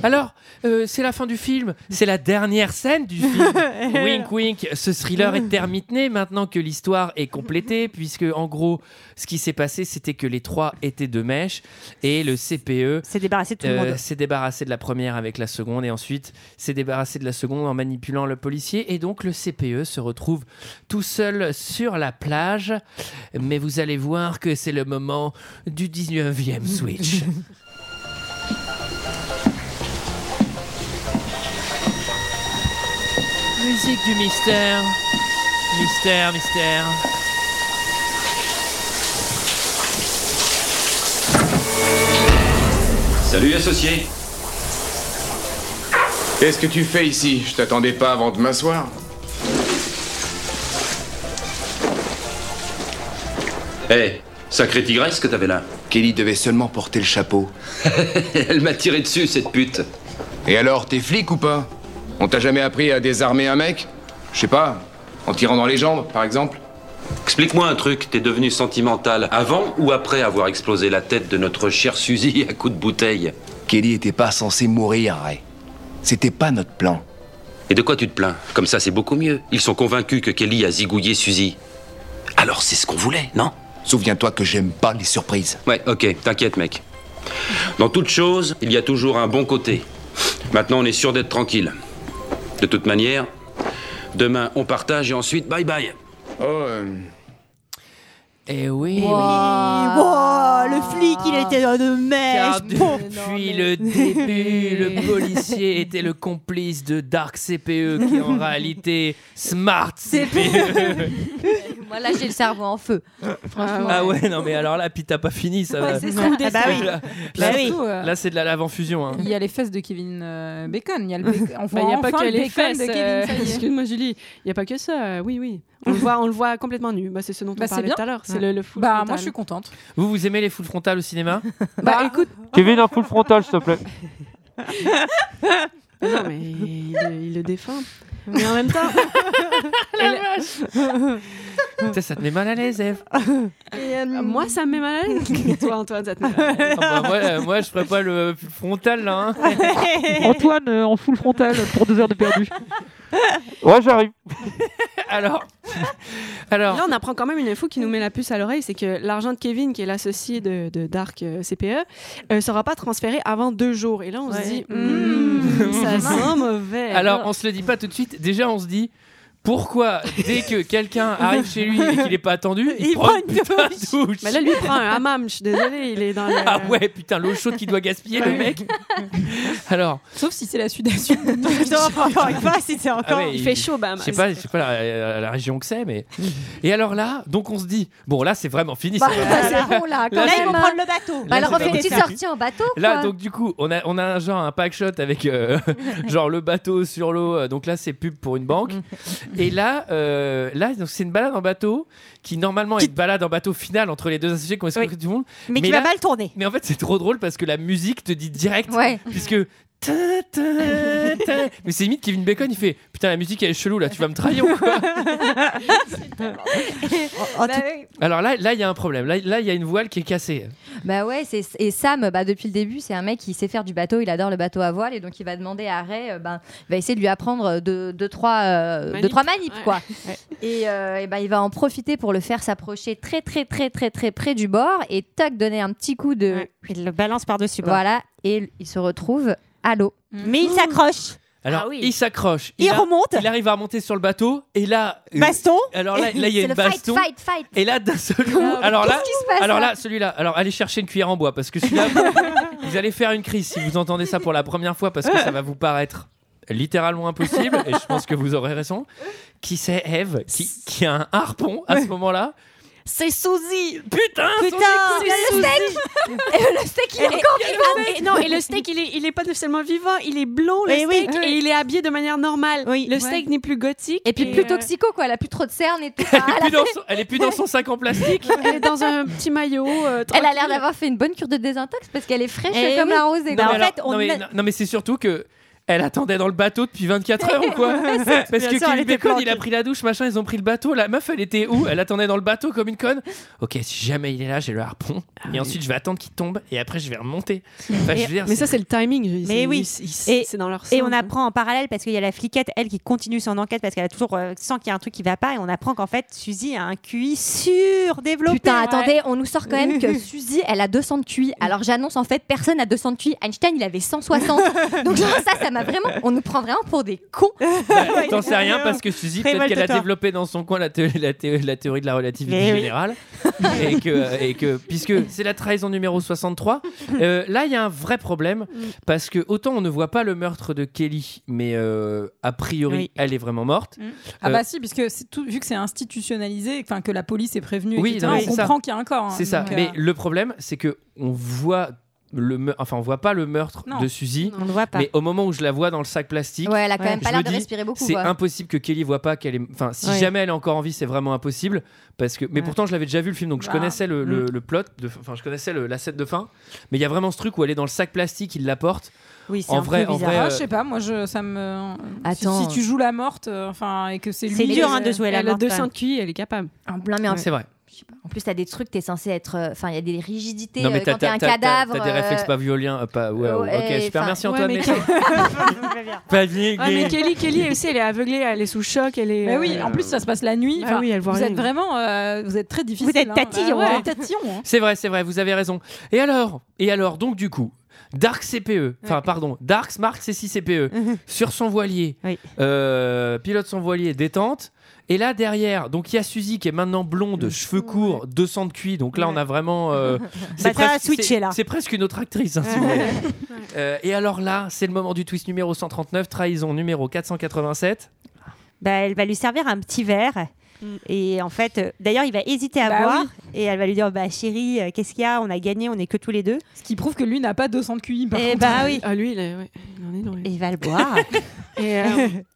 Speaker 1: Alors, euh, c'est la fin du film. C'est la dernière scène du film.
Speaker 6: (laughs)
Speaker 1: wink, wink. Ce thriller est terminé maintenant que l'histoire est complétée, puisque en gros, ce qui s'est passé, c'était que les trois étaient de mèche et le E CPE
Speaker 6: s'est débarrassé
Speaker 1: de
Speaker 6: tout le monde.
Speaker 1: Euh, S'est débarrassé de la première avec la seconde et ensuite s'est débarrassé de la seconde en manipulant le policier et donc le CPE se retrouve tout seul sur la plage. Mais vous allez voir que c'est le moment du 19e
Speaker 6: (laughs)
Speaker 1: switch. Musique du mystère. Mystère, mystère.
Speaker 4: Salut, associé. Qu'est-ce que tu fais ici Je t'attendais pas avant de m'asseoir.
Speaker 3: Hé, Eh, sacrée tigresse que t'avais là. (laughs)
Speaker 4: Kelly devait seulement porter le chapeau.
Speaker 3: Elle m'a tiré dessus, cette pute.
Speaker 4: Et alors, t'es flic ou pas On t'a jamais appris à désarmer un mec Je sais pas, en tirant dans les jambes, par exemple
Speaker 3: Explique-moi un truc, t'es devenu sentimental avant ou après avoir explosé la tête de notre chère Suzy (laughs) à coups de bouteille
Speaker 4: Kelly était pas censée mourir, Ray. C'était pas notre plan.
Speaker 3: Et de quoi tu te plains Comme ça, c'est beaucoup mieux. Ils sont convaincus que Kelly a zigouillé Suzy. Alors c'est ce qu'on voulait, non
Speaker 4: Souviens-toi que j'aime pas les surprises.
Speaker 3: Ouais, ok, t'inquiète, mec. Dans toute chose, il y a toujours un bon côté. Maintenant, on est sûr d'être tranquille. De toute manière, demain, on partage et ensuite, bye bye.
Speaker 4: Oh, euh,
Speaker 1: Et Eh oui.
Speaker 6: Wow, le flic, il était dans de mèche.
Speaker 1: Car Eh, depuis le début,
Speaker 7: (laughs)
Speaker 1: le policier était le complice de Dark CPE qui est
Speaker 7: (laughs)
Speaker 1: en réalité Smart E. CPE.
Speaker 11: Moi, là, j'ai le cerveau en feu. Franchement.
Speaker 1: Ah ouais, non mais alors là, puis t'as pas fini, ça va.
Speaker 7: Ouais, c'est ça. Non. Ah bah oui.
Speaker 1: Là,
Speaker 7: Puis
Speaker 1: là,
Speaker 7: surtout, euh,
Speaker 1: là, c'est de la lave en fusion. hein.
Speaker 7: Il y a les fesses de Kevin euh, Bacon. Il y a le bec- on
Speaker 10: Bah,
Speaker 7: voit
Speaker 10: Il n'y a
Speaker 7: enfin
Speaker 10: pas que
Speaker 7: le
Speaker 10: les
Speaker 7: bacon
Speaker 10: fesses.
Speaker 7: de
Speaker 10: euh,
Speaker 7: Kevin. ça y est.
Speaker 10: Excuse-moi Julie, il n'y a pas que ça. euh, oui, oui.
Speaker 7: (laughs)
Speaker 10: On le voit, on le voit complètement nu. Bah, c'est ce dont
Speaker 7: Bah,
Speaker 10: on
Speaker 7: c'est
Speaker 10: parlait
Speaker 7: bien.
Speaker 10: tout à l'heure. C'est
Speaker 7: Ouais.
Speaker 10: le, le full
Speaker 7: Bah,
Speaker 10: frontal.
Speaker 7: moi, je suis contente.
Speaker 1: Vous, vous aimez les full frontales au cinéma
Speaker 10: Bah, écoute.
Speaker 1: Kevin, un full frontal, s'il te plaît.
Speaker 10: (laughs) non, mais il, le- il le défend. Mais en
Speaker 1: (laughs)
Speaker 10: même temps. (laughs) Elle-
Speaker 1: Ça, ça te met mal à l'aise, Eve.
Speaker 10: Et, euh, moi, ça me met mal à l'aise. Toi, Antoine, ça te met mal à l'aise.
Speaker 1: Ah bah, moi, euh, moi, je ferais pas le full frontal là. hein.
Speaker 13: (laughs) Antoine euh, en full frontal pour deux heures de perdu.
Speaker 1: Ouais, j'arrive. (laughs) Alors, alors.
Speaker 10: Là, on apprend quand même une info qui nous met la puce à l'oreille, c'est que l'argent de Kevin, qui est l'associé de, de Dark euh, CPE, ne sera pas transféré avant deux jours. Et là,
Speaker 7: Mm.
Speaker 6: Mm.
Speaker 10: on se dit, Hmm, ça sent mauvais.
Speaker 1: Alors, on se le dit pas tout de suite. Déjà, on se dit. Pourquoi, dès que quelqu'un arrive chez lui et qu'il n'est pas attendu, il,
Speaker 10: Il
Speaker 1: prend
Speaker 10: prend
Speaker 1: une putain de douche
Speaker 10: Mais là, lui, il prend un hammam, je suis désolée, il est
Speaker 1: (laughs)
Speaker 10: dans le.
Speaker 6: euh,
Speaker 1: Ah
Speaker 6: (laughs)
Speaker 1: ouais, putain, l'eau chaude qu'il doit gaspiller, le mec. Alors,
Speaker 7: Sauf si c'est la sudation.
Speaker 10: non,
Speaker 1: (laughs)
Speaker 10: encore pas, si c'est
Speaker 1: ah
Speaker 10: encore.
Speaker 1: ouais,
Speaker 10: il fait chaud, bah,
Speaker 6: bah,
Speaker 10: bam.
Speaker 1: Je sais pas, je sais pas la, euh, la région que c'est, mais. Et alors là, donc on se dit, bon là c'est vraiment fini. (laughs)
Speaker 11: Bah,
Speaker 1: c'est-
Speaker 11: là, c'est bon, là, quand
Speaker 1: Là,
Speaker 11: même. hein. Bah,
Speaker 1: c'est-
Speaker 11: prendre le
Speaker 6: bateau. Bah,
Speaker 1: Là,
Speaker 11: alors, on
Speaker 1: c'est
Speaker 11: fait une
Speaker 1: pas
Speaker 11: petite
Speaker 1: possible.
Speaker 11: sortie en bateau.
Speaker 1: Là,
Speaker 11: quoi.
Speaker 1: donc du coup, on a, on a un genre un pack shot avec euh, (laughs) genre le bateau sur l'eau. euh, Donc là, c'est pub pour une banque. Et là, euh, là, donc c'est une balade en bateau qui normalement est une balade en bateau finale entre les deux associés qui ont escorté tout le monde.
Speaker 6: Mais qui va
Speaker 1: là-
Speaker 6: mal tourner.
Speaker 1: Mais en fait, c'est trop drôle parce que la musique te dit direct, puisque. ta, ta, ta. Mais c'est limite Kevin Bacon, il fait Putain, la musique elle est chelou là, tu vas me trahir ou quoi
Speaker 6: Oh,
Speaker 1: Bah Alors là, là, il y a un problème. Là, là, il y a une voile qui est cassée.
Speaker 11: Bah ouais, c'est- et Sam, bah, depuis le début, c'est un mec qui sait faire du bateau, il adore le bateau à voile, et donc il va demander à Ray, euh, ben, il va essayer de lui apprendre deux, deux, trois, euh, deux,
Speaker 10: Manip.
Speaker 11: trois manips,
Speaker 10: Ouais.
Speaker 11: (laughs) quoi. Et, euh, et ben, il va en profiter pour le faire s'approcher très, très, très, très, très près du bord, et tac, donner un petit coup de...
Speaker 6: Il le balance par-dessus bord.
Speaker 11: Voilà, et il se retrouve à l'eau.
Speaker 6: Mais il s'accroche.
Speaker 1: Alors, il s'accroche.
Speaker 6: Il
Speaker 1: a-
Speaker 6: remonte. Bah,
Speaker 1: Il arrive à remonter sur le bateau. Et là. euh,
Speaker 6: Baston.
Speaker 1: Alors là, là, il y a
Speaker 11: C'est
Speaker 1: une
Speaker 11: le
Speaker 1: baston.
Speaker 11: Fight, fight, fight.
Speaker 1: Et là, d'un seul coup. alors là,
Speaker 11: Ah, qu'est-ce qui se passe,
Speaker 1: alors
Speaker 11: là
Speaker 1: là, celui-là. Alors, allez chercher une cuillère en bois parce que
Speaker 11: (laughs)
Speaker 1: celui-là, vous allez faire une crise si vous entendez ça pour la première fois parce que ça va vous paraître littéralement impossible. Et je pense que vous aurez raison. Qui c'est Eve qui, qui a un harpon à ce moment-là
Speaker 10: C'est Suzy Ah,
Speaker 1: Putain
Speaker 10: Putain
Speaker 11: il y a le steak Et (laughs) le steak, il est encore vivant
Speaker 10: Non, et le steak, il est, il est pas seulement vivant, il est blond, le
Speaker 11: Eh oui.
Speaker 10: steak, et il est habillé de manière normale. le steak n'est plus gothique.
Speaker 11: Et puis plus
Speaker 10: euh,
Speaker 11: toxico, quoi, elle a plus trop de cernes (laughs) et tout.
Speaker 1: Elle est plus dans son- Elle est plus dans son sac en plastique.
Speaker 10: Elle est dans un petit maillot. euh,
Speaker 11: Elle a l'air
Speaker 10: tranquille.
Speaker 11: d'avoir fait une bonne cure de désintox parce qu'elle est fraîche
Speaker 10: Eh
Speaker 11: comme
Speaker 10: oui.
Speaker 11: la rosée.
Speaker 1: Non,
Speaker 11: quoi.
Speaker 1: mais alors- non, mais, non, non, mais c'est surtout que elle attendait dans le bateau depuis 24 heures ou quoi
Speaker 11: (laughs) Ouais, c'est-
Speaker 1: Parce que
Speaker 11: bien sûr, elle
Speaker 1: Kevin
Speaker 11: était
Speaker 1: Bacon,
Speaker 11: planquée.
Speaker 1: il a pris la douche, machin, ils ont pris le bateau. La meuf, elle était où Elle attendait dans le bateau comme une conne. Ok, si jamais il est là, j'ai le harpon.
Speaker 11: Ah
Speaker 1: et ensuite, je vais attendre qu'il tombe et après, je vais remonter. Enfin, je veux dire,
Speaker 10: mais ça, c'est le timing.
Speaker 6: Mais oui.
Speaker 10: Et c'est dans leur
Speaker 6: Et
Speaker 10: sang,
Speaker 6: on
Speaker 10: hein.
Speaker 6: apprend en parallèle parce qu'il y a la fliquette, elle qui continue son enquête parce qu'elle a toujours euh, sent qu'il y a un truc qui va pas et on apprend qu'en fait Suzy a un QI surdéveloppé.
Speaker 11: Putain, attendez, on nous sort quand même (laughs) que Suzy, elle a 200 de QI. Alors j'annonce en fait, personne n'a 200 de QI. Einstein, il avait (laughs) 160. Donc genre, ça, ça m'a vraiment. On nous prend vraiment pour des cons.
Speaker 1: Bah, T'en sais rien parce que Suzy, peut-être qu'elle a
Speaker 11: Révolte-toi.
Speaker 1: développé dans son coin la, thé- la thé- la théorie de la relativité
Speaker 11: Mais oui.
Speaker 1: générale. et, que, et que, puisque c'est la trahison numéro 63, euh, là il y a un vrai problème parce que autant on ne voit pas le meurtre de Kelly, mais euh, a priori
Speaker 7: Oui.
Speaker 1: elle est vraiment morte.
Speaker 7: Ah
Speaker 1: Euh,
Speaker 7: bah si, puisque c'est tout, vu que c'est institutionnalisé, enfin que la police est prévenue,
Speaker 1: Oui,
Speaker 7: etc.,
Speaker 1: non, mais
Speaker 7: on
Speaker 1: c'est ça.
Speaker 7: comprend qu'il y a un
Speaker 11: Oh,
Speaker 7: corps. hein.
Speaker 1: C'est ça.
Speaker 7: Donc, euh,
Speaker 1: Mais le problème, c'est que on voit le meur- enfin on voit pas le meurtre
Speaker 11: Non.
Speaker 1: de Suzy.
Speaker 6: On ne voit pas.
Speaker 1: Mais au moment où je la vois dans le sac plastique,
Speaker 11: Ouais, elle a quand même pas
Speaker 1: je
Speaker 11: l'air
Speaker 1: me
Speaker 11: de
Speaker 1: dis,
Speaker 11: respirer beaucoup,
Speaker 1: C'est
Speaker 11: quoi.
Speaker 1: impossible que Kelly voit pas qu'elle est. Enfin, si
Speaker 11: Ouais.
Speaker 1: jamais elle est encore en vie, c'est vraiment impossible. Parce que. Mais pourtant, je l'avais déjà vu le film, donc je
Speaker 11: Bah.
Speaker 1: connaissais le, le- le plot. de- Enfin, je connaissais le- la scène de fin. Mais il y a vraiment ce truc où elle est dans le sac plastique, il la porte.
Speaker 6: Oui,
Speaker 1: en vrai, en vrai.
Speaker 7: Ah,
Speaker 1: euh,
Speaker 7: je sais pas, moi je, ça me. si-
Speaker 1: Attends.
Speaker 7: Si, tu joues la morte, euh, enfin et que c'est lui.
Speaker 11: C'est dur,
Speaker 7: euh,
Speaker 11: hein, de jouer la
Speaker 7: elle
Speaker 11: morte,
Speaker 7: a 200
Speaker 11: quand même.
Speaker 7: de QI, elle est
Speaker 6: (laughs)
Speaker 7: capable.
Speaker 11: En plein, mais en-
Speaker 1: C'est vrai.
Speaker 11: Je sais pas. En plus, t'as des trucs, t'es censé être. euh, Enfin, il y a des rigidités
Speaker 1: Non, mais
Speaker 11: euh,
Speaker 1: t'as
Speaker 11: quand t'es
Speaker 1: t'as-
Speaker 11: un
Speaker 1: t'as- t'as-
Speaker 11: cadavre.
Speaker 1: t'as des
Speaker 11: euh,
Speaker 1: réflexes paviliens. Pas, ouais, ouais, ok,
Speaker 11: ouais,
Speaker 1: super,
Speaker 11: enfin,
Speaker 1: merci
Speaker 11: ouais,
Speaker 1: Antoine.
Speaker 11: mais-
Speaker 1: merci. (laughs) Pavillon-
Speaker 10: Ouais, mais Kelly, Kelly aussi, elle est aveuglée, elle est sous choc, elle est. euh,
Speaker 7: Mais oui, en plus ça se passe la nuit.
Speaker 10: Ah
Speaker 7: enfin,
Speaker 10: oui, elle voit
Speaker 7: vous
Speaker 10: rien.
Speaker 7: êtes vraiment, euh, vous êtes très difficile. hein.
Speaker 10: tatillon,
Speaker 7: Ouais,
Speaker 10: hein.
Speaker 7: vous êtes tatillon, hein.
Speaker 1: C'est vrai, c'est vrai, vous avez raison. Et alors Et alors, donc du coup, Dark CPE, enfin pardon, Dark Smart C6
Speaker 6: (laughs)
Speaker 1: CPE, E, sur son voilier, euh, pilote son voilier, détente. Et là derrière, donc il y a Suzy qui est maintenant blonde, cheveux courts, 200 de cuit. Donc là, on a vraiment.
Speaker 6: (laughs)
Speaker 1: euh,
Speaker 6: Bah, ça a
Speaker 1: presque-
Speaker 6: switché,
Speaker 1: c'est-
Speaker 6: là.
Speaker 1: C'est presque une autre actrice, hein, si vous voulez.
Speaker 6: (laughs)
Speaker 1: Euh, et alors là, c'est le moment du twist numéro 139, trahison numéro 487.
Speaker 6: Bah, elle va lui servir un petit verre.
Speaker 10: Mm.
Speaker 6: Et en fait, euh, d'ailleurs, il va hésiter à
Speaker 7: Bah
Speaker 6: boire.
Speaker 7: oui.
Speaker 6: Et elle va lui dire oh, Bah, chérie, euh, qu'est-ce qu'il y a On a gagné, on est que tous les deux.
Speaker 7: Ce qui prouve que lui n'a pas 200 de QI. Par
Speaker 6: Eh
Speaker 7: contre.
Speaker 6: bah oui.
Speaker 10: Ah, lui, il, est- ouais, il en est dans
Speaker 6: Et il va
Speaker 10: (laughs)
Speaker 6: le boire.
Speaker 10: et, euh,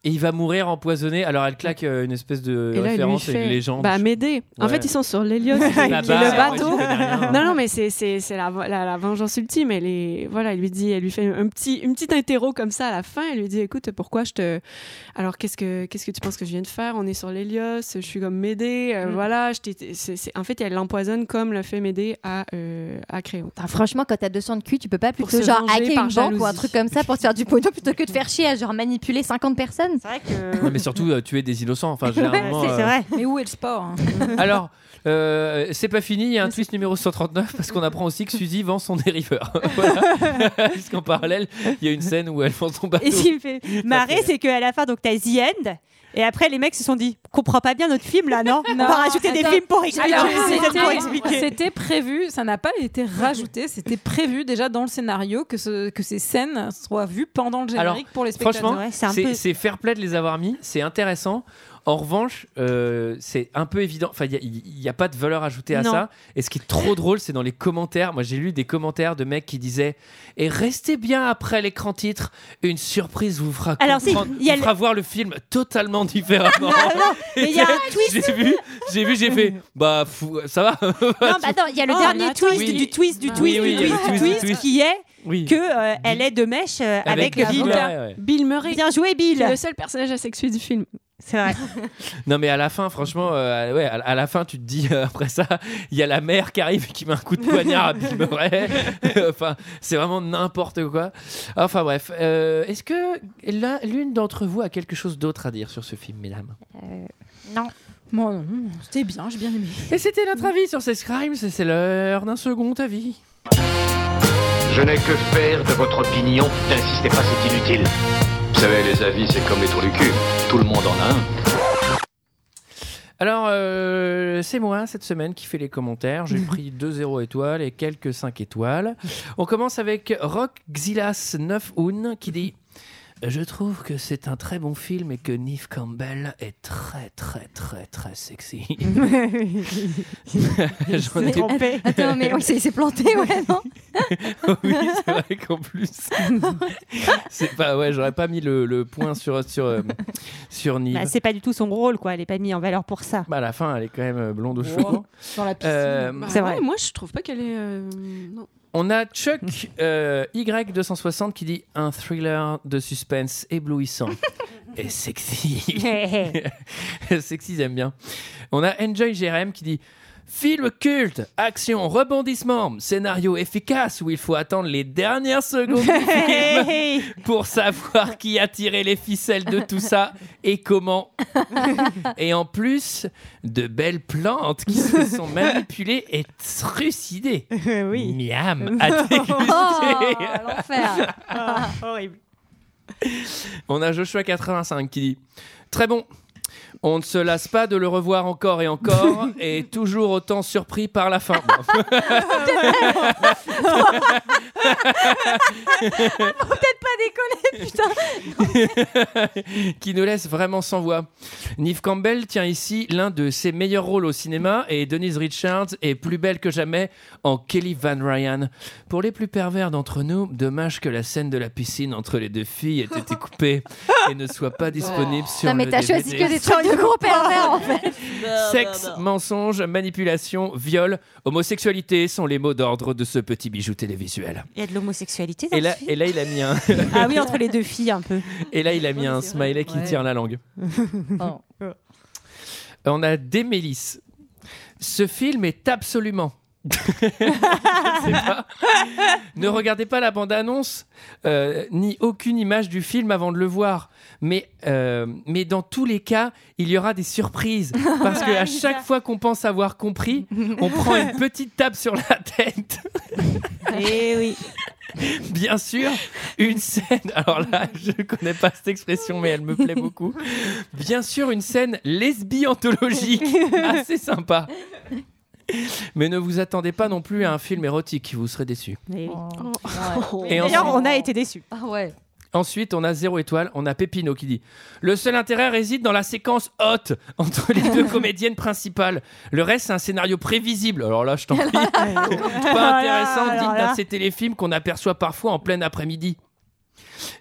Speaker 1: Et il va mourir empoisonné. Alors elle claque euh, une espèce de
Speaker 10: et là, il lui
Speaker 1: référence à
Speaker 10: fait.
Speaker 1: une légende.
Speaker 10: Bah, m'aider. En
Speaker 1: Ouais.
Speaker 10: fait, ils sont sur
Speaker 1: (laughs)
Speaker 10: l'Hélios, qui,
Speaker 1: Là-bas,
Speaker 10: qui est le
Speaker 1: alors,
Speaker 10: bateau.
Speaker 1: j'y connais rien. hein.
Speaker 10: Non, non, mais c'est c'est- c'est la, la, la vengeance ultime. Elle est, voilà, il lui dit, elle lui fait un petit, une petite interro comme ça à la fin. Elle lui dit, écoute, pourquoi je te, alors qu'est-ce que, qu'est-ce que tu penses que je viens de faire On est sur l'Hélios, je suis comme Médée, euh,
Speaker 11: Mm.
Speaker 10: voilà. Je t'ai- c'est- c'est- en fait, elle l'empoisonne comme le fait Médée à euh, à Créon.
Speaker 11: Ah, franchement, quand t'as 200 de QI, tu peux pas plutôt
Speaker 10: se
Speaker 11: genre
Speaker 10: venger
Speaker 11: hacker une
Speaker 10: par
Speaker 11: banque ou un
Speaker 10: jalousie.
Speaker 11: truc comme ça pour te faire du pognon plutôt que de faire chier à genre manipuler 50 personnes.
Speaker 6: C'est vrai que.
Speaker 1: Non, mais surtout euh, tuer des innocents.
Speaker 10: (laughs)
Speaker 1: Enfin, généralement. euh,
Speaker 7: Mais où est le sport hein
Speaker 1: Alors, euh, c'est pas fini, il y a un twist numéro 139 parce qu'on apprend aussi que Suzy vend son dériveur. (laughs) voilà. Puisqu'en parallèle, il y a une scène où elle vend son bateau.
Speaker 6: Et ce qui me fait marrer, c'est qu'à la fin, donc, t'as The End. Et après, les mecs se sont dit, comprends pas bien notre film là, non, On va rajouter des
Speaker 7: attends.
Speaker 6: films pour expliquer.
Speaker 7: Alors,
Speaker 6: des scènes pour expliquer.
Speaker 7: C'était c'était prévu, ça n'a pas été rajouté, c'était prévu déjà dans le scénario que, ce- que ces scènes soient vues pendant le générique
Speaker 1: Alors,
Speaker 7: pour les spectateurs.
Speaker 1: franchement, c'est c'est fair play de les avoir mis, c'est intéressant. En revanche, euh, c'est un peu évident. Enfin, il n'y a, pas de valeur ajoutée à
Speaker 7: Non.
Speaker 1: ça. Et ce qui est trop drôle, c'est dans les commentaires. Moi, j'ai lu des commentaires de mecs qui disaient Et restez bien après l'écran titre, une surprise vous fera,
Speaker 6: Alors, si,
Speaker 1: comprendre-
Speaker 6: il y a
Speaker 1: vous
Speaker 6: le-
Speaker 1: fera voir le film totalement
Speaker 6: (laughs)
Speaker 1: différemment.
Speaker 6: mais il y a un
Speaker 1: twist. J'ai vu, j'ai vu, j'ai fait Bah, fou- ça va
Speaker 6: Non, bah attends, il y a le
Speaker 1: Oh, mais
Speaker 6: dernier
Speaker 1: attends,
Speaker 6: twist,
Speaker 1: oui.
Speaker 6: du twist, du
Speaker 1: Oui,
Speaker 6: twist,
Speaker 1: oui,
Speaker 6: du
Speaker 1: il y a
Speaker 6: twist,
Speaker 1: le
Speaker 6: du
Speaker 1: twist,
Speaker 6: twist,
Speaker 1: du twist.
Speaker 6: qui est
Speaker 1: Oui.
Speaker 6: que euh, elle est de mèche euh,
Speaker 1: Avec
Speaker 6: avec,
Speaker 1: Bill.
Speaker 6: Bill.
Speaker 1: Ouais, ouais.
Speaker 10: Bill Murray.
Speaker 6: Bien joué, Bill.
Speaker 10: Qui est le seul personnage asexué du film.
Speaker 6: C'est vrai.
Speaker 1: Non mais à la fin, franchement, euh, ouais, à, à la fin, tu te dis euh, après ça, il y a la mère qui arrive et qui met un coup de poignard à Bill Murray. (laughs) enfin, c'est vraiment n'importe quoi. Enfin bref, euh, est-ce que l'un- l'une d'entre vous a quelque chose d'autre à dire sur ce film, mesdames
Speaker 7: non. Moi, non, c'était bien, j'ai bien
Speaker 6: (laughs)
Speaker 7: aimé.
Speaker 1: Et c'était notre avis sur ces crimes. C'est l'heure d'un second avis.
Speaker 14: Je n'ai que faire de votre opinion. N'insistez pas, c'est inutile. Vous savez, les avis, c'est comme les trous du cul. Tout le monde en a un.
Speaker 1: Alors, euh, c'est moi cette semaine qui fait les commentaires.
Speaker 6: (laughs)
Speaker 1: J'ai pris 2 0 étoiles et quelques 5 étoiles. On commence avec Rock Xilas 9 Oun qui dit Je trouve que c'est un très bon film et que Neve Campbell est très, très, très, très
Speaker 6: (laughs)
Speaker 1: sexy. (laughs) J'en ai-
Speaker 11: Attends, mais oui, c'est- il s'est planté, ouais, (laughs) non
Speaker 1: oui, c'est vrai qu'en
Speaker 6: (laughs)
Speaker 1: plus, c'est pas ouais, j'aurais pas mis le, le point sur sur euh, sur Neve.
Speaker 6: Bah, c'est pas du tout son rôle, quoi. Elle est pas mise en valeur pour
Speaker 1: (laughs)
Speaker 6: ça.
Speaker 1: Bah, à la fin, elle est quand même euh, blonde aux cheveux.
Speaker 6: Wow. Dans la piscine.
Speaker 1: Euh,
Speaker 10: Bah ouais, moi, je trouve pas qu'elle est. euh, non.
Speaker 1: On a Chuck euh, Y260 qui dit un thriller de suspense éblouissant et sexy. (laughs) sexy, j'aime bien. On a Enjoy GRM qui dit film culte, action, rebondissement, scénario efficace où il faut attendre les dernières secondes du (laughs)
Speaker 6: (laughs)
Speaker 1: film pour savoir qui a tiré les ficelles de tout ça et comment. Et en plus, de belles plantes qui se sont manipulées et trucidées.
Speaker 6: (laughs) oui.
Speaker 1: (laughs) Miam, à déguster.
Speaker 11: (laughs) Oh, l'enfer.
Speaker 6: horrible.
Speaker 1: On a Joshua85 qui dit Très bon. On ne se lasse pas de le revoir encore et
Speaker 11: (laughs)
Speaker 1: encore et toujours autant surpris par la fin.
Speaker 11: Peut-être pas déconner, putain
Speaker 1: qui nous laisse vraiment sans voix. Neve Campbell tient ici l'un de ses meilleurs rôles au cinéma et Denise Richards est plus belle que jamais en Kelly Van Ryan. Pour les plus pervers d'entre nous, dommage que la scène de la piscine entre les deux filles ait été coupée et ne soit pas disponible sur
Speaker 11: Oh. Non, mais
Speaker 1: le
Speaker 11: t'as
Speaker 1: DVD.
Speaker 11: choisi que des trucs de gros pervers, en fait
Speaker 1: Sexe, mensonge, manipulation, viol, homosexualité sont les mots d'ordre de ce petit bijou télévisuel.
Speaker 6: Il y a de l'homosexualité dans
Speaker 1: Et
Speaker 6: le
Speaker 1: là,
Speaker 6: film.
Speaker 1: et là, il a mis un, (laughs)
Speaker 6: Ah oui, entre les deux filles, un peu.
Speaker 1: et là, il a mis un smiley qui
Speaker 6: Ouais.
Speaker 1: tire la langue. On a Démélis. Ce film est absolument. (laughs) Je sais pas. Ne regardez pas la bande-annonce euh, ni aucune image du film avant de le voir. Mais, euh, mais dans tous les cas, il y aura des surprises. Parce que à chaque fois qu'on pense avoir compris, on prend une petite tape sur la tête.
Speaker 6: Et Eh oui.
Speaker 1: Bien sûr, une scène. Alors là, je ne connais pas cette expression, mais elle me plaît beaucoup. Bien sûr, une scène lesbi-anthologique. Assez sympa. Mais ne vous attendez pas non plus à un film érotique, vous serez déçus.
Speaker 6: Et, Eh oui.
Speaker 1: Et
Speaker 6: Et D'ailleurs,
Speaker 1: ensuite-
Speaker 6: on a été déçus.
Speaker 11: Ah ouais.
Speaker 1: Ensuite, on a zéro étoile, on a Pépino qui dit Le seul intérêt réside dans la séquence haute entre les
Speaker 6: (laughs)
Speaker 1: deux comédiennes principales. Le reste, c'est un scénario prévisible. Alors là, je
Speaker 6: (laughs)
Speaker 1: t'en prie. (laughs) pas intéressant,
Speaker 6: Alors
Speaker 1: digne
Speaker 6: Oh là.
Speaker 1: d'un ces téléfilms qu'on aperçoit parfois en plein après-midi.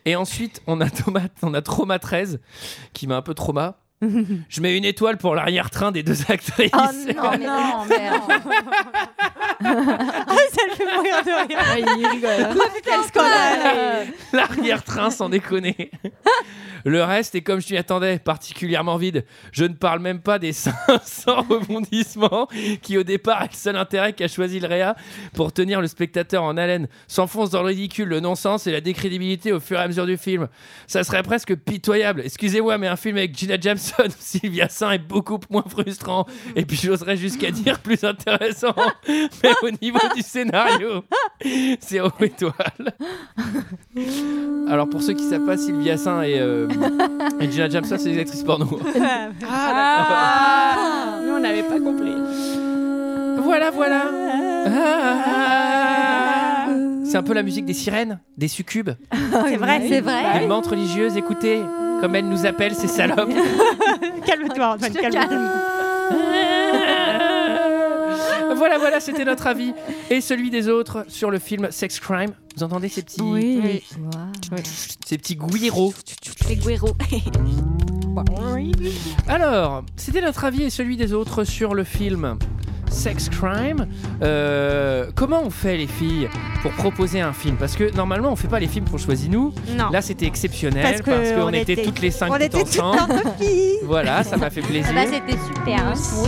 Speaker 1: Et ensuite, on a, Thomas, on a Trauma 13 qui m'a un peu
Speaker 6: (laughs)
Speaker 1: trauma. Je mets une étoile pour l'arrière-train des deux actrices.
Speaker 11: Oh
Speaker 1: (laughs)
Speaker 11: non, mais non, merde
Speaker 6: Ah, ça le fait mourir de rire.
Speaker 11: il rigole.
Speaker 6: Ah, Quel scandale
Speaker 1: L'arrière-train, sans
Speaker 6: (laughs)
Speaker 1: déconner. Le reste est comme je m'y attendais, particulièrement vide. Je ne parle même pas des 500 rebondissements qui, au départ, est le seul intérêt qu'a choisi le Réa pour tenir le spectateur en haleine. S'enfonce dans le ridicule, le non-sens et la décrédibilité au fur et à mesure du film. Ça serait presque pitoyable. Excusez-moi, mais un film avec Gina Jameson ou (laughs) Sylvia Saint est beaucoup moins frustrant. (laughs) Et puis, j'oserais jusqu'à dire plus intéressant, mais au niveau du scénario. Zéro étoile. Alors pour ceux qui savent pas, Sylvia Saint et, euh, et Gina Jameson, c'est des actrices porno.
Speaker 10: Ah, Nous, on n'avait pas compris.
Speaker 1: Voilà, voilà. Ah. C'est un peu la musique des sirènes, des succubes.
Speaker 6: C'est vrai, c'est vrai.
Speaker 11: Ah.
Speaker 1: Une mente religieuse, écoutez, comme elle nous appelle, ces salopes.
Speaker 6: Calme-toi, Antoine, calme.
Speaker 1: voilà, voilà, c'était notre avis et celui des autres sur le film Sex Crime. Vous entendez ces petits,
Speaker 11: Oui.
Speaker 1: ces petits guiros
Speaker 10: Les Guéros.
Speaker 1: Alors, c'était notre avis et celui des autres sur le film Sex Crime. Euh, comment on fait les filles pour proposer un film Parce que normalement, on fait pas les films qu'on choisit nous.
Speaker 6: Non.
Speaker 1: Là, c'était exceptionnel
Speaker 6: Parce
Speaker 1: parce
Speaker 6: que
Speaker 1: qu'on
Speaker 6: on
Speaker 1: était,
Speaker 6: était-
Speaker 1: toutes les cinq
Speaker 6: on
Speaker 1: toutes
Speaker 6: était toutes
Speaker 1: (laughs)
Speaker 6: Ah
Speaker 1: ensemble.
Speaker 6: entre filles.
Speaker 1: voilà, ça m'a
Speaker 6: bah,
Speaker 1: fait plaisir.
Speaker 11: Ah bah, c'était super.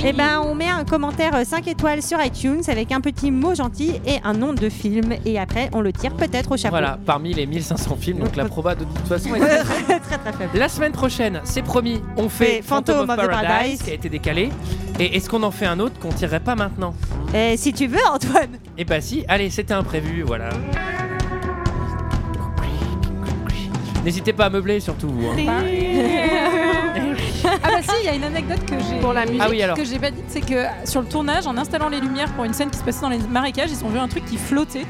Speaker 6: Et ben, on met un commentaire 5 étoiles sur iTunes avec un petit mot gentil et un nom de film. Et après, on le tire peut-être au chapeau.
Speaker 1: Voilà, parmi les 1500 films, donc la proba de toute
Speaker 6: (laughs)
Speaker 1: façon est très,
Speaker 6: très, très faible.
Speaker 1: La semaine prochaine, c'est promis, on fait
Speaker 6: Mais Phantom
Speaker 1: Phantom of
Speaker 6: of the
Speaker 1: Paradise,
Speaker 6: Paradise.
Speaker 1: qui a été décalé. Et est-ce qu'on en fait un autre qu'on tirerait pas maintenant
Speaker 6: Et si tu veux, Antoine.
Speaker 1: Eh bah si, allez, c'était imprévu, voilà. N'hésitez pas à meubler surtout. vous, hein.
Speaker 7: ah bah si, il y a une anecdote que j'ai
Speaker 10: Pour la
Speaker 1: musique. Ah oui, alors.
Speaker 7: que j'ai pas dite, c'est que euh, sur le tournage, en installant les lumières pour une scène qui se passait dans les marécages, ils ont vu un truc qui flottait.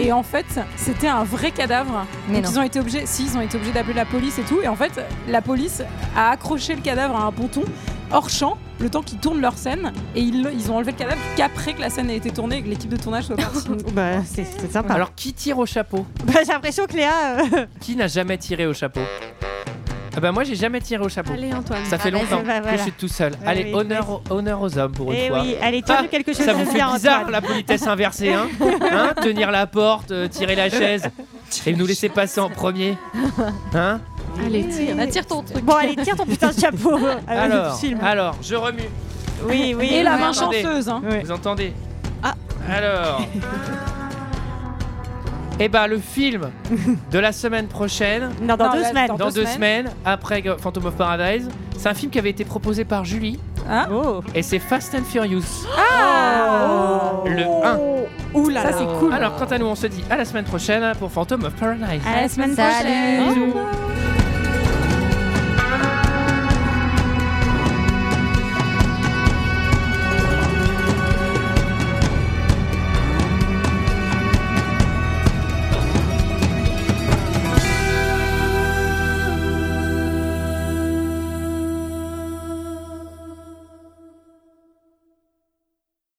Speaker 7: Et en fait, c'était un vrai cadavre.
Speaker 11: Mais
Speaker 7: Donc
Speaker 11: non.
Speaker 7: ils ont été obligés, si ils ont été obligés d'appeler la police et tout. Et en fait, la police a accroché le cadavre à un ponton hors champ, le temps qu'ils tournent leur scène. Et ils, l'ont- ils ont enlevé le cadavre qu'après que la scène ait été tournée et que l'équipe de tournage soit
Speaker 6: (laughs)
Speaker 7: partie.
Speaker 6: (laughs) bah, c'est c'est sympa.
Speaker 1: Alors qui tire au chapeau
Speaker 6: (laughs) Bah, j'ai l'impression que Léa. euh,
Speaker 1: Qui n'a jamais tiré au chapeau Ah bah moi j'ai jamais tiré au chapeau.
Speaker 10: Allez, Antoine.
Speaker 1: Ça fait
Speaker 6: Ah bah,
Speaker 1: longtemps
Speaker 6: c'est- bah,
Speaker 1: que
Speaker 6: voilà.
Speaker 1: je suis tout seul.
Speaker 6: Ouais,
Speaker 1: allez,
Speaker 6: oui,
Speaker 1: honneur, au- honneur aux hommes pour une
Speaker 6: Eh
Speaker 1: fois. Ah,
Speaker 6: oui, allez, tiens, quelque chose
Speaker 1: ça
Speaker 6: de
Speaker 1: vous fait
Speaker 6: bien,
Speaker 1: bizarre
Speaker 6: Antoine.
Speaker 1: la politesse inversée,
Speaker 6: (laughs)
Speaker 1: hein, Hein Tenir la porte, euh, tirer la chaise et nous laisser passer en premier,
Speaker 6: Ah
Speaker 1: hein
Speaker 10: Allez, tire.
Speaker 11: tire ton truc.
Speaker 6: Bon, allez, tire ton putain
Speaker 1: (laughs)
Speaker 6: de chapeau. euh, avec le
Speaker 1: Alors, ah,
Speaker 6: film.
Speaker 1: alors, je remue.
Speaker 6: Oui, oui.
Speaker 7: Et la main
Speaker 1: Attendez.
Speaker 7: chanceuse. hein.
Speaker 1: Vous entendez
Speaker 6: Ah.
Speaker 1: Alors. Eh ben, le film de la semaine prochaine.
Speaker 6: Non, dans
Speaker 7: Non,
Speaker 6: deux
Speaker 7: là,
Speaker 6: semaines.
Speaker 7: dans
Speaker 1: Dans
Speaker 7: deux
Speaker 1: deux semaines, après euh, Phantom of Paradise, c'est un film qui avait été proposé par Julie
Speaker 7: Hein
Speaker 6: Oh.
Speaker 1: et c'est Fast and Furious,
Speaker 7: Ah
Speaker 1: le 1.
Speaker 7: Ouh là
Speaker 10: Ça,
Speaker 7: là.
Speaker 10: c'est cool.
Speaker 1: Alors, quant à nous, on se dit à la semaine prochaine pour Phantom of Paradise.
Speaker 6: À la semaine
Speaker 11: Salut.
Speaker 6: prochaine.
Speaker 1: Bisous.